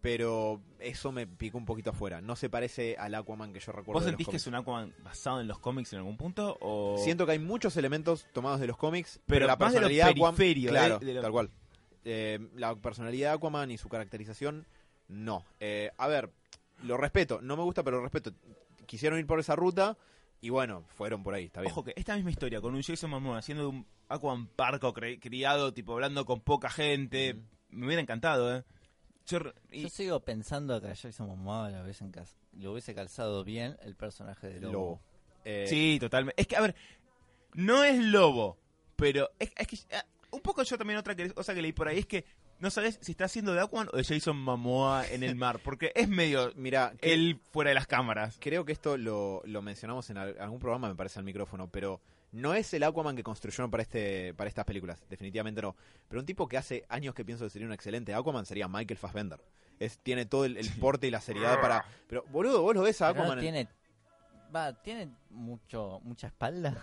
E: Pero eso me picó un poquito afuera. No se parece al Aquaman que yo recuerdo.
C: ¿Vos
E: de los
C: sentís que
E: cómics.
C: es un Aquaman basado en los cómics en algún punto? O...
E: Siento que hay muchos elementos tomados de los cómics, pero,
C: Pero
E: la
C: más de lo
E: personalidad de Aquaman,
C: periferio,
E: claro,
C: de- de lo-
E: tal cual. Eh, la personalidad de Aquaman y su caracterización, no. Eh, a ver, lo respeto, no me gusta, pero lo respeto. Quisieron ir por esa ruta y bueno, fueron por ahí, está bien.
C: Ojo que esta misma historia con un Jason Momoa haciendo de un Aquaman parco cre- criado, tipo hablando con poca gente.
E: Mm.
C: Me hubiera encantado, ¿eh? Yo re- y-
A: Yo sigo pensando que a Jason Momoa lo hubiesen, cas- lo hubiese calzado bien el personaje de
E: Lobo.
A: Lobo.
E: Eh,
C: Sí, totalmente. Es que, a ver, no es lobo, pero es, es que ah, un poco yo también otra que- cosa que leí por ahí es que no sabes si está haciendo de Aquaman o de Jason Momoa en el mar, porque es medio
E: Mira, que-
C: él fuera de las cámaras.
E: creo que esto lo, lo mencionamos en al- algún programa, me parece, al micrófono, pero no es el Aquaman que construyeron para, este, para estas películas, definitivamente no. Pero un tipo que hace años que pienso que sería un excelente Aquaman sería Michael Fassbender. Es, tiene todo el, el porte y la seriedad para... Pero, boludo, vos lo ves a
A: Pero no
E: Aquaman... en-
A: tiene, va, tiene mucho, mucha espalda.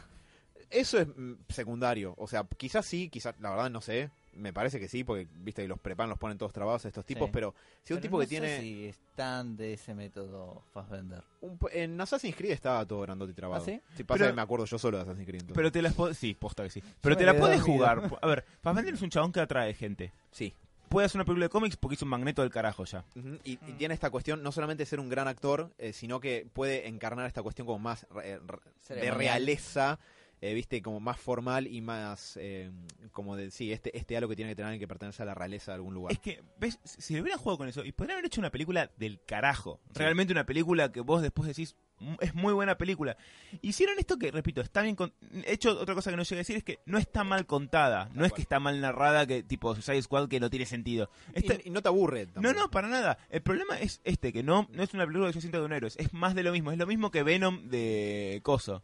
E: Eso es mm, secundario. O sea, quizás sí, quizás, la verdad no sé. Me parece que sí, porque viste que los prepan, los ponen todos trabados estos tipos,
A: Sí.
E: pero si un
A: Pero
E: tipo
A: no
E: que
A: sé
E: tiene.
A: si es tan de ese método Fassbender.
E: un po- en Assassin's Creed estaba todo grandote y trabado.
A: ¿Ah, sí?
E: pasa
C: Pero-
E: que me acuerdo yo solo de Assassin's Creed. entonces.
C: Pero te las po- sí, posta que sí. Pero
A: me
C: te la
A: quedé
C: puedes
A: dormido.
C: jugar. A ver, Fassbender es un chabón que atrae gente.
E: sí.
C: Puede hacer una película de cómics porque hizo un magneto del carajo ya.
E: Ujú, Y,
C: Mm.
E: y tiene esta cuestión, no solamente de ser un gran actor, eh, sino que puede encarnar esta cuestión como más re- re- de
A: Ceremonial.
E: realeza, eh, viste, como más formal y más, eh, como de, sí, este, este algo que tiene que tener alguien que pertenece a la realeza de algún lugar.
C: Es que, ¿ves? Si si le hubieran jugado con eso, y podrían haber hecho una película del carajo. Realmente una película que vos después decís, "Mm, es muy buena película. Hicieron esto que, repito, está bien. Con... Hecho, otra cosa que no llegué a decir es que no está mal contada. no es
E: cual.
C: que está mal narrada, que tipo Suicide Squad, que no tiene sentido. Esta-
E: Este, Y, y no te aburre.
C: No,
E: tampoco.
C: no, para nada. El problema es este, que no, no es una película que yo siento de un héroe. Es más de lo mismo. Es lo mismo que Venom de Coso.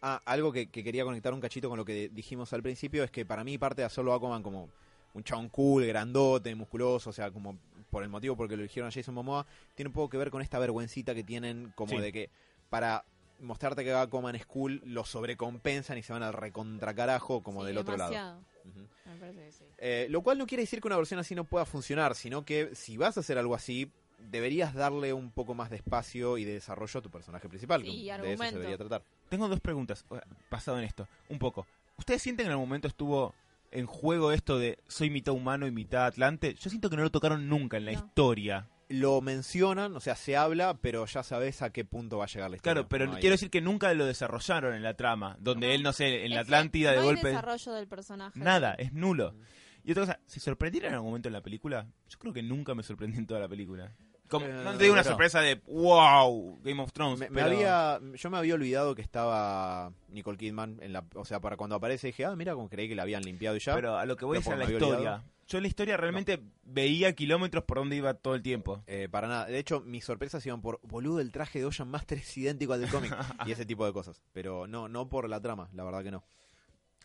E: Ah, algo que, que quería conectar un cachito con lo que dijimos al principio es que para mí parte de hacerlo a Aquaman como un chabón cool, grandote, musculoso, o sea, como por el motivo porque lo eligieron a Jason Momoa, tiene un poco que ver con esta vergüencita que tienen como
C: Sí.
E: de que para mostrarte que Aquaman es cool, lo sobrecompensan y se van al recontracarajo como
B: Sí,
E: del otro lado.
B: demasiado.
E: Ujú.
B: Me parece que sí.
E: Eh, lo cual no quiere decir que una versión así no pueda funcionar, sino que si vas a hacer algo así, deberías darle un poco más de espacio y de desarrollo a tu personaje principal.
B: Sí,
E: que de eso se
B: argumento.
E: debería tratar.
C: Tengo dos preguntas, o sea, basado en esto, un poco. ¿Ustedes sienten que en algún momento estuvo en juego esto de soy mitad humano y mitad atlante? Yo siento que no lo tocaron nunca en la
B: No.
C: historia.
E: lo mencionan, o sea, se habla, pero ya sabes a qué punto va a llegar la historia.
C: Claro, pero
E: No hay-
C: quiero decir que nunca lo desarrollaron en la trama, donde
B: No.
C: él, no sé, en
B: Es
C: la
B: que
C: Atlántida de
B: no hay
C: golpe...
B: desarrollo del personaje.
C: Nada, es nulo. Y otra cosa, ¿se sorprendieron en algún momento en la película? Yo creo que nunca me sorprendí en toda la película. Como,
E: Eh,
C: no te digo una
E: no.
C: sorpresa de wow, Game of Thrones.
E: Me, me
C: pero-
E: había, yo me había olvidado que estaba Nicole Kidman en la, o sea, para cuando aparece dije, ah, mira, como creí que la habían limpiado y ya.
C: Pero a lo que voy
E: No,
C: es a
E: porque
C: la
E: me había
C: historia.
E: olvidado.
C: Yo en la historia realmente veía kilómetros por donde iba todo el tiempo.
E: Eh, para nada. De hecho, mis sorpresas iban por, boludo, el traje de Ocean Master es idéntico al del cómic y ese tipo de cosas. Pero no, no por la trama, la verdad que no.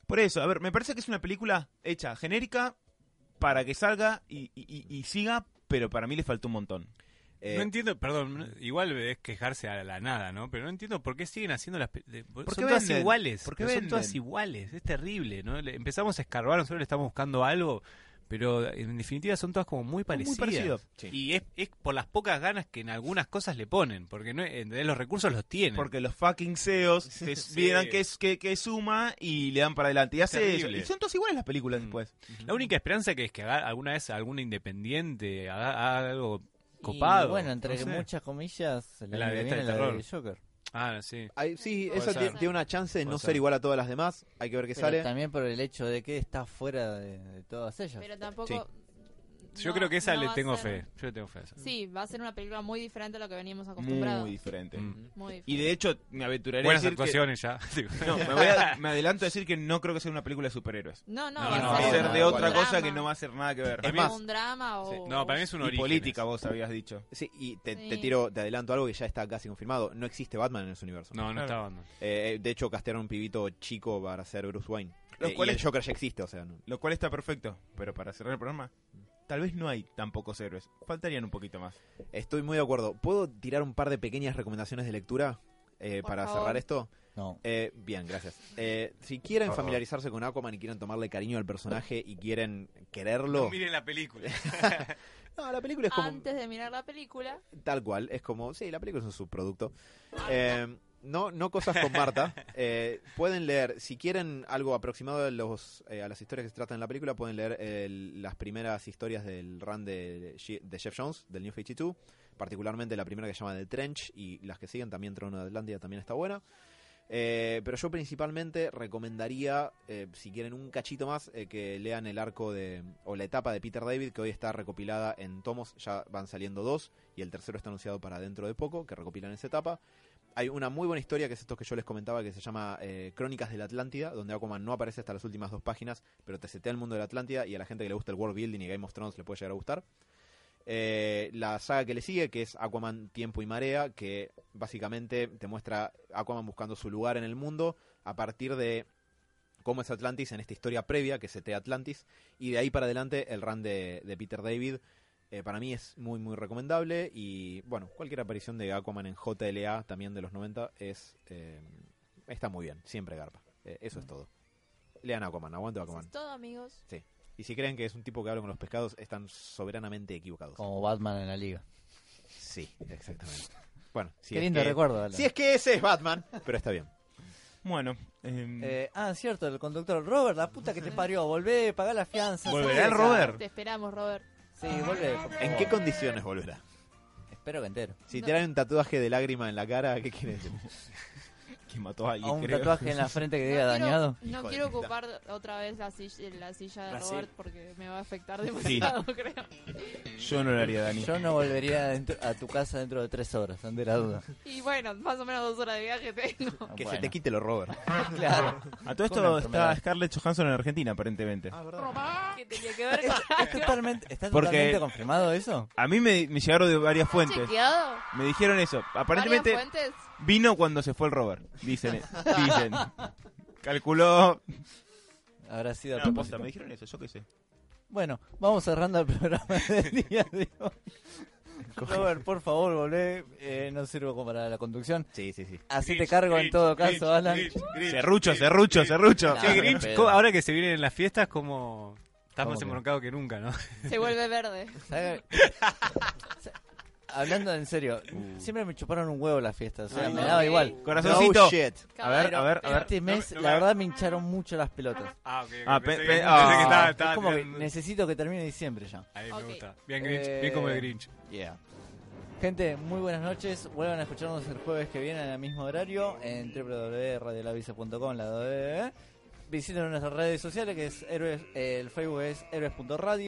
C: Por eso, a ver, me parece que es una película hecha genérica para que salga y, y- y- y siga, pero para mí le faltó un montón.
E: Eh,
D: no entiendo, perdón, no- igual es quejarse a la nada, ¿no? Pero no entiendo por qué siguen haciendo las... pe- de-
C: qué
D: son todas
C: venden?
D: iguales,
C: ¿Por qué
D: pero son todas
C: venden?
D: iguales, es terrible, ¿no? Le- empezamos a escarbar, nosotros le estamos buscando algo, pero en definitiva son todas como muy parecidas.
C: parecido,
E: sí.
D: Y es, es por las pocas ganas que en algunas cosas le ponen, porque no, ¿entendés? los recursos los tienen.
C: Porque los fucking CEOs se vieran que, es- que, que suma y le dan para adelante. Y hace eso.
D: Terrible.
C: Y son todas iguales las películas después.
D: La única esperanza que es que haga- alguna vez algún independiente haga, haga algo
A: Y,
D: copado.
A: bueno, entre
D: no sé.
A: muchas comillas, la,
D: La
A: que
D: de esta
A: viene
D: de
A: la de
D: terror.
A: Joker.
D: Ah, sí.
E: Ay, sí,
B: Puede
E: esa
D: ser.
E: tie- tiene una chance de
D: Puede
E: no
D: ser.
E: ser igual a todas las demás. Hay que ver qué
A: Pero
E: sale.
A: también por el hecho de que está fuera de, de todas ellas.
B: Pero tampoco.
D: Yo
B: no-
D: creo que esa
B: no
D: le
B: va a
D: tengo
B: ser-
D: fe. Yo le tengo fe a esa.
B: Sí, va a ser una película muy diferente a lo que veníamos acostumbrados.
C: Muy diferente.
D: Mm.
B: Muy diferente.
C: Y de hecho, me aventuraré
D: Buenas
C: a decir que-
D: actuaciones ya. Digo,
C: No, me, voy a- me adelanto a decir que no creo que sea una película de superhéroes.
B: No, Ah, no,
D: No,
B: va,
D: no,
C: va a ser de
E: no,
C: otra
E: no.
C: cosa que no va a ser nada que ver.
D: Es
B: Es
D: más,
B: un drama o.
D: No, para mí es un
C: Y
D: origen.
C: política, vos habías dicho.
E: Sí, y te, te
B: Sí.
E: tiro, te adelanto algo que ya está casi confirmado. No existe Batman en ese universo.
D: No, no estaba andando.
E: Eh, eh, de hecho, castearon un pibito chico para ser Bruce Wayne.
C: Lo
E: Eh,
C: cual
E: y el
C: es-
E: Joker ya existe, o sea, no.
C: Lo cual está perfecto. Pero para cerrar el programa, tal vez no hay tan pocos héroes. Faltarían un poquito más.
E: Estoy muy de acuerdo. ¿Puedo tirar un par de pequeñas recomendaciones de lectura eh,
B: Por
E: para
B: favor.
E: cerrar esto?
A: No.
E: Eh, bien, gracias. Eh, si quieren familiarizarse con Aquaman y quieren tomarle cariño al personaje y quieren quererlo...
D: miren la película.
E: No, la película es como...
B: Antes de mirar la película,
E: Tal cual, es como... Sí, la película es un subproducto. Eh, no, no cosas con Marta. Eh, pueden leer, si quieren algo aproximado a, los, eh, a las historias que se tratan en la película, pueden leer el- las primeras historias del run de, G- de Jeff Jones, del New 52, particularmente la primera que se llama The Trench y las que siguen, también Trono de Atlántida también está buena. Eh, pero yo principalmente recomendaría, eh, si quieren un cachito más, eh, que lean el arco de, o la etapa de Peter David, que hoy está recopilada en tomos, ya van saliendo dos, y el tercero está anunciado para dentro de poco, que recopilan esa etapa Hay una muy buena historia que es esto que yo les comentaba que se llama eh, Crónicas de la Atlántida, donde Aquaman no aparece hasta las últimas dos páginas, pero te setea el mundo de la Atlántida y a la gente que le gusta el world building y Game of Thrones le puede llegar a gustar. Eh, la saga que le sigue, que es Aquaman Tiempo y Marea, que básicamente te muestra Aquaman buscando su lugar en el mundo a partir de cómo es Atlantis en esta historia previa que setea Atlantis. Y de ahí para adelante el run de, de Peter David eh, para mí es muy, muy recomendable. Y bueno, cualquier aparición de Aquaman en JLA, también de los 90, es eh, está muy bien. Siempre garpa. Eh, eso es todo. Lean Aquaman, aguante
B: Mm. Eso
E: Aquaman.
B: es todo, amigos.
E: Y si creen que es un tipo que habla con los pescados, están soberanamente equivocados.
A: Como Batman en la liga.
E: Sí, exactamente. Bueno, si
A: Qué
E: es
A: lindo
E: que-
A: recuerdo, Alan.
E: Si es que ese es Batman, pero está bien.
C: Bueno, em,
A: Eh, ah, cierto, el conductor. Robert, la puta que te parió. Volvé, pagá la fianza.
C: ¿Volverá el
A: salí de acá.
C: Robert?
B: Te esperamos, Robert.
A: Sí, volvé. por
E: ¿En
A: favor.
E: qué condiciones volverá?
A: Espero que entero.
E: Si
B: No.
E: te traen un tatuaje de lágrima en la cara, ¿qué quiere decir?
C: que mató
A: O
C: a alguien,
A: un
C: creo.
A: tatuaje en la frente que diga
B: quiero-
A: dañado.
B: no
E: Hijo de
B: quiero
E: puta.
B: ocupar otra vez la silla, la silla de
D: La
B: Robert
D: silla.
B: porque me va a afectar demasiado, creo.
C: Yo no lo haría, Dani.
A: Yo no volvería dentro- a tu casa dentro de tres horas, ante la duda.
B: Y bueno, más o menos dos horas de viaje tengo.
E: Que se
A: Bueno,
E: te quite lo Robert.
A: Claro.
C: A todo
A: Con
C: esto
A: una
C: está
A: enfermedad.
C: Scarlett Johansson en Argentina, aparentemente.
B: ¿Qué tenía que ver con
A: ¿Es totalmente, ¿Está
C: Porque-
A: totalmente confirmado eso?
C: A mí me, me llegaron de varias fuentes.
B: chequeado?
C: Me dijeron eso. Aparentemente
B: ¿Varias fuentes?
C: vino cuando se fue el Robert. Dicen. dicen. Calculó.
A: Habrá sido a
C: No,
A: propósito.
C: posta, me dijeron eso, yo qué sé.
E: pues-
A: Bueno, vamos cerrando el programa del día de hoy. Robert, por favor, volvé. Eh, no sirvo como para la conducción.
E: Sí, sí, sí.
A: Así te cargo en todo caso, Alan.
C: Serrucho, serrucho, serrucho.
A: No,
D: Che,
A: no,
D: Grinch,
A: pero-
D: ¿cómo- ahora que se vienen las fiestas, como estás
A: ¿Cómo
D: más
A: que?
D: embroncado que nunca, ¿no?
B: Se vuelve verde.
A: ¿Sabe? Hablando en serio,
E: Uh.
A: siempre me chuparon un huevo las fiestas. O sea,
B: Ah,
A: me
B: ok.
A: daba igual.
C: Corazoncito.
E: No shit.
C: A ver, a ver, a ver.
A: Este mes,
D: no
A: la
D: me-
A: verdad, me hincharon mucho las pelotas.
D: Ah, ok. ok,
C: Ah,
D: pensé
C: pe-
D: que-
C: pe-
D: pensé que
C: ah.
D: estaba-
A: es
D: estaba
A: como que
D: tirando-
A: necesito que termine diciembre ya.
D: Ahí
B: Ok.
D: me gusta. Bien, Grinch. Bien
A: Eh,
D: como el Grinch.
A: Yeah. Gente, muy buenas noches. Vuelvan a escucharnos el jueves que viene al mismo horario en www.radiolavisa.com. eh. La www. Visiten nuestras redes sociales que es héroes, el Facebook es héroes.radio.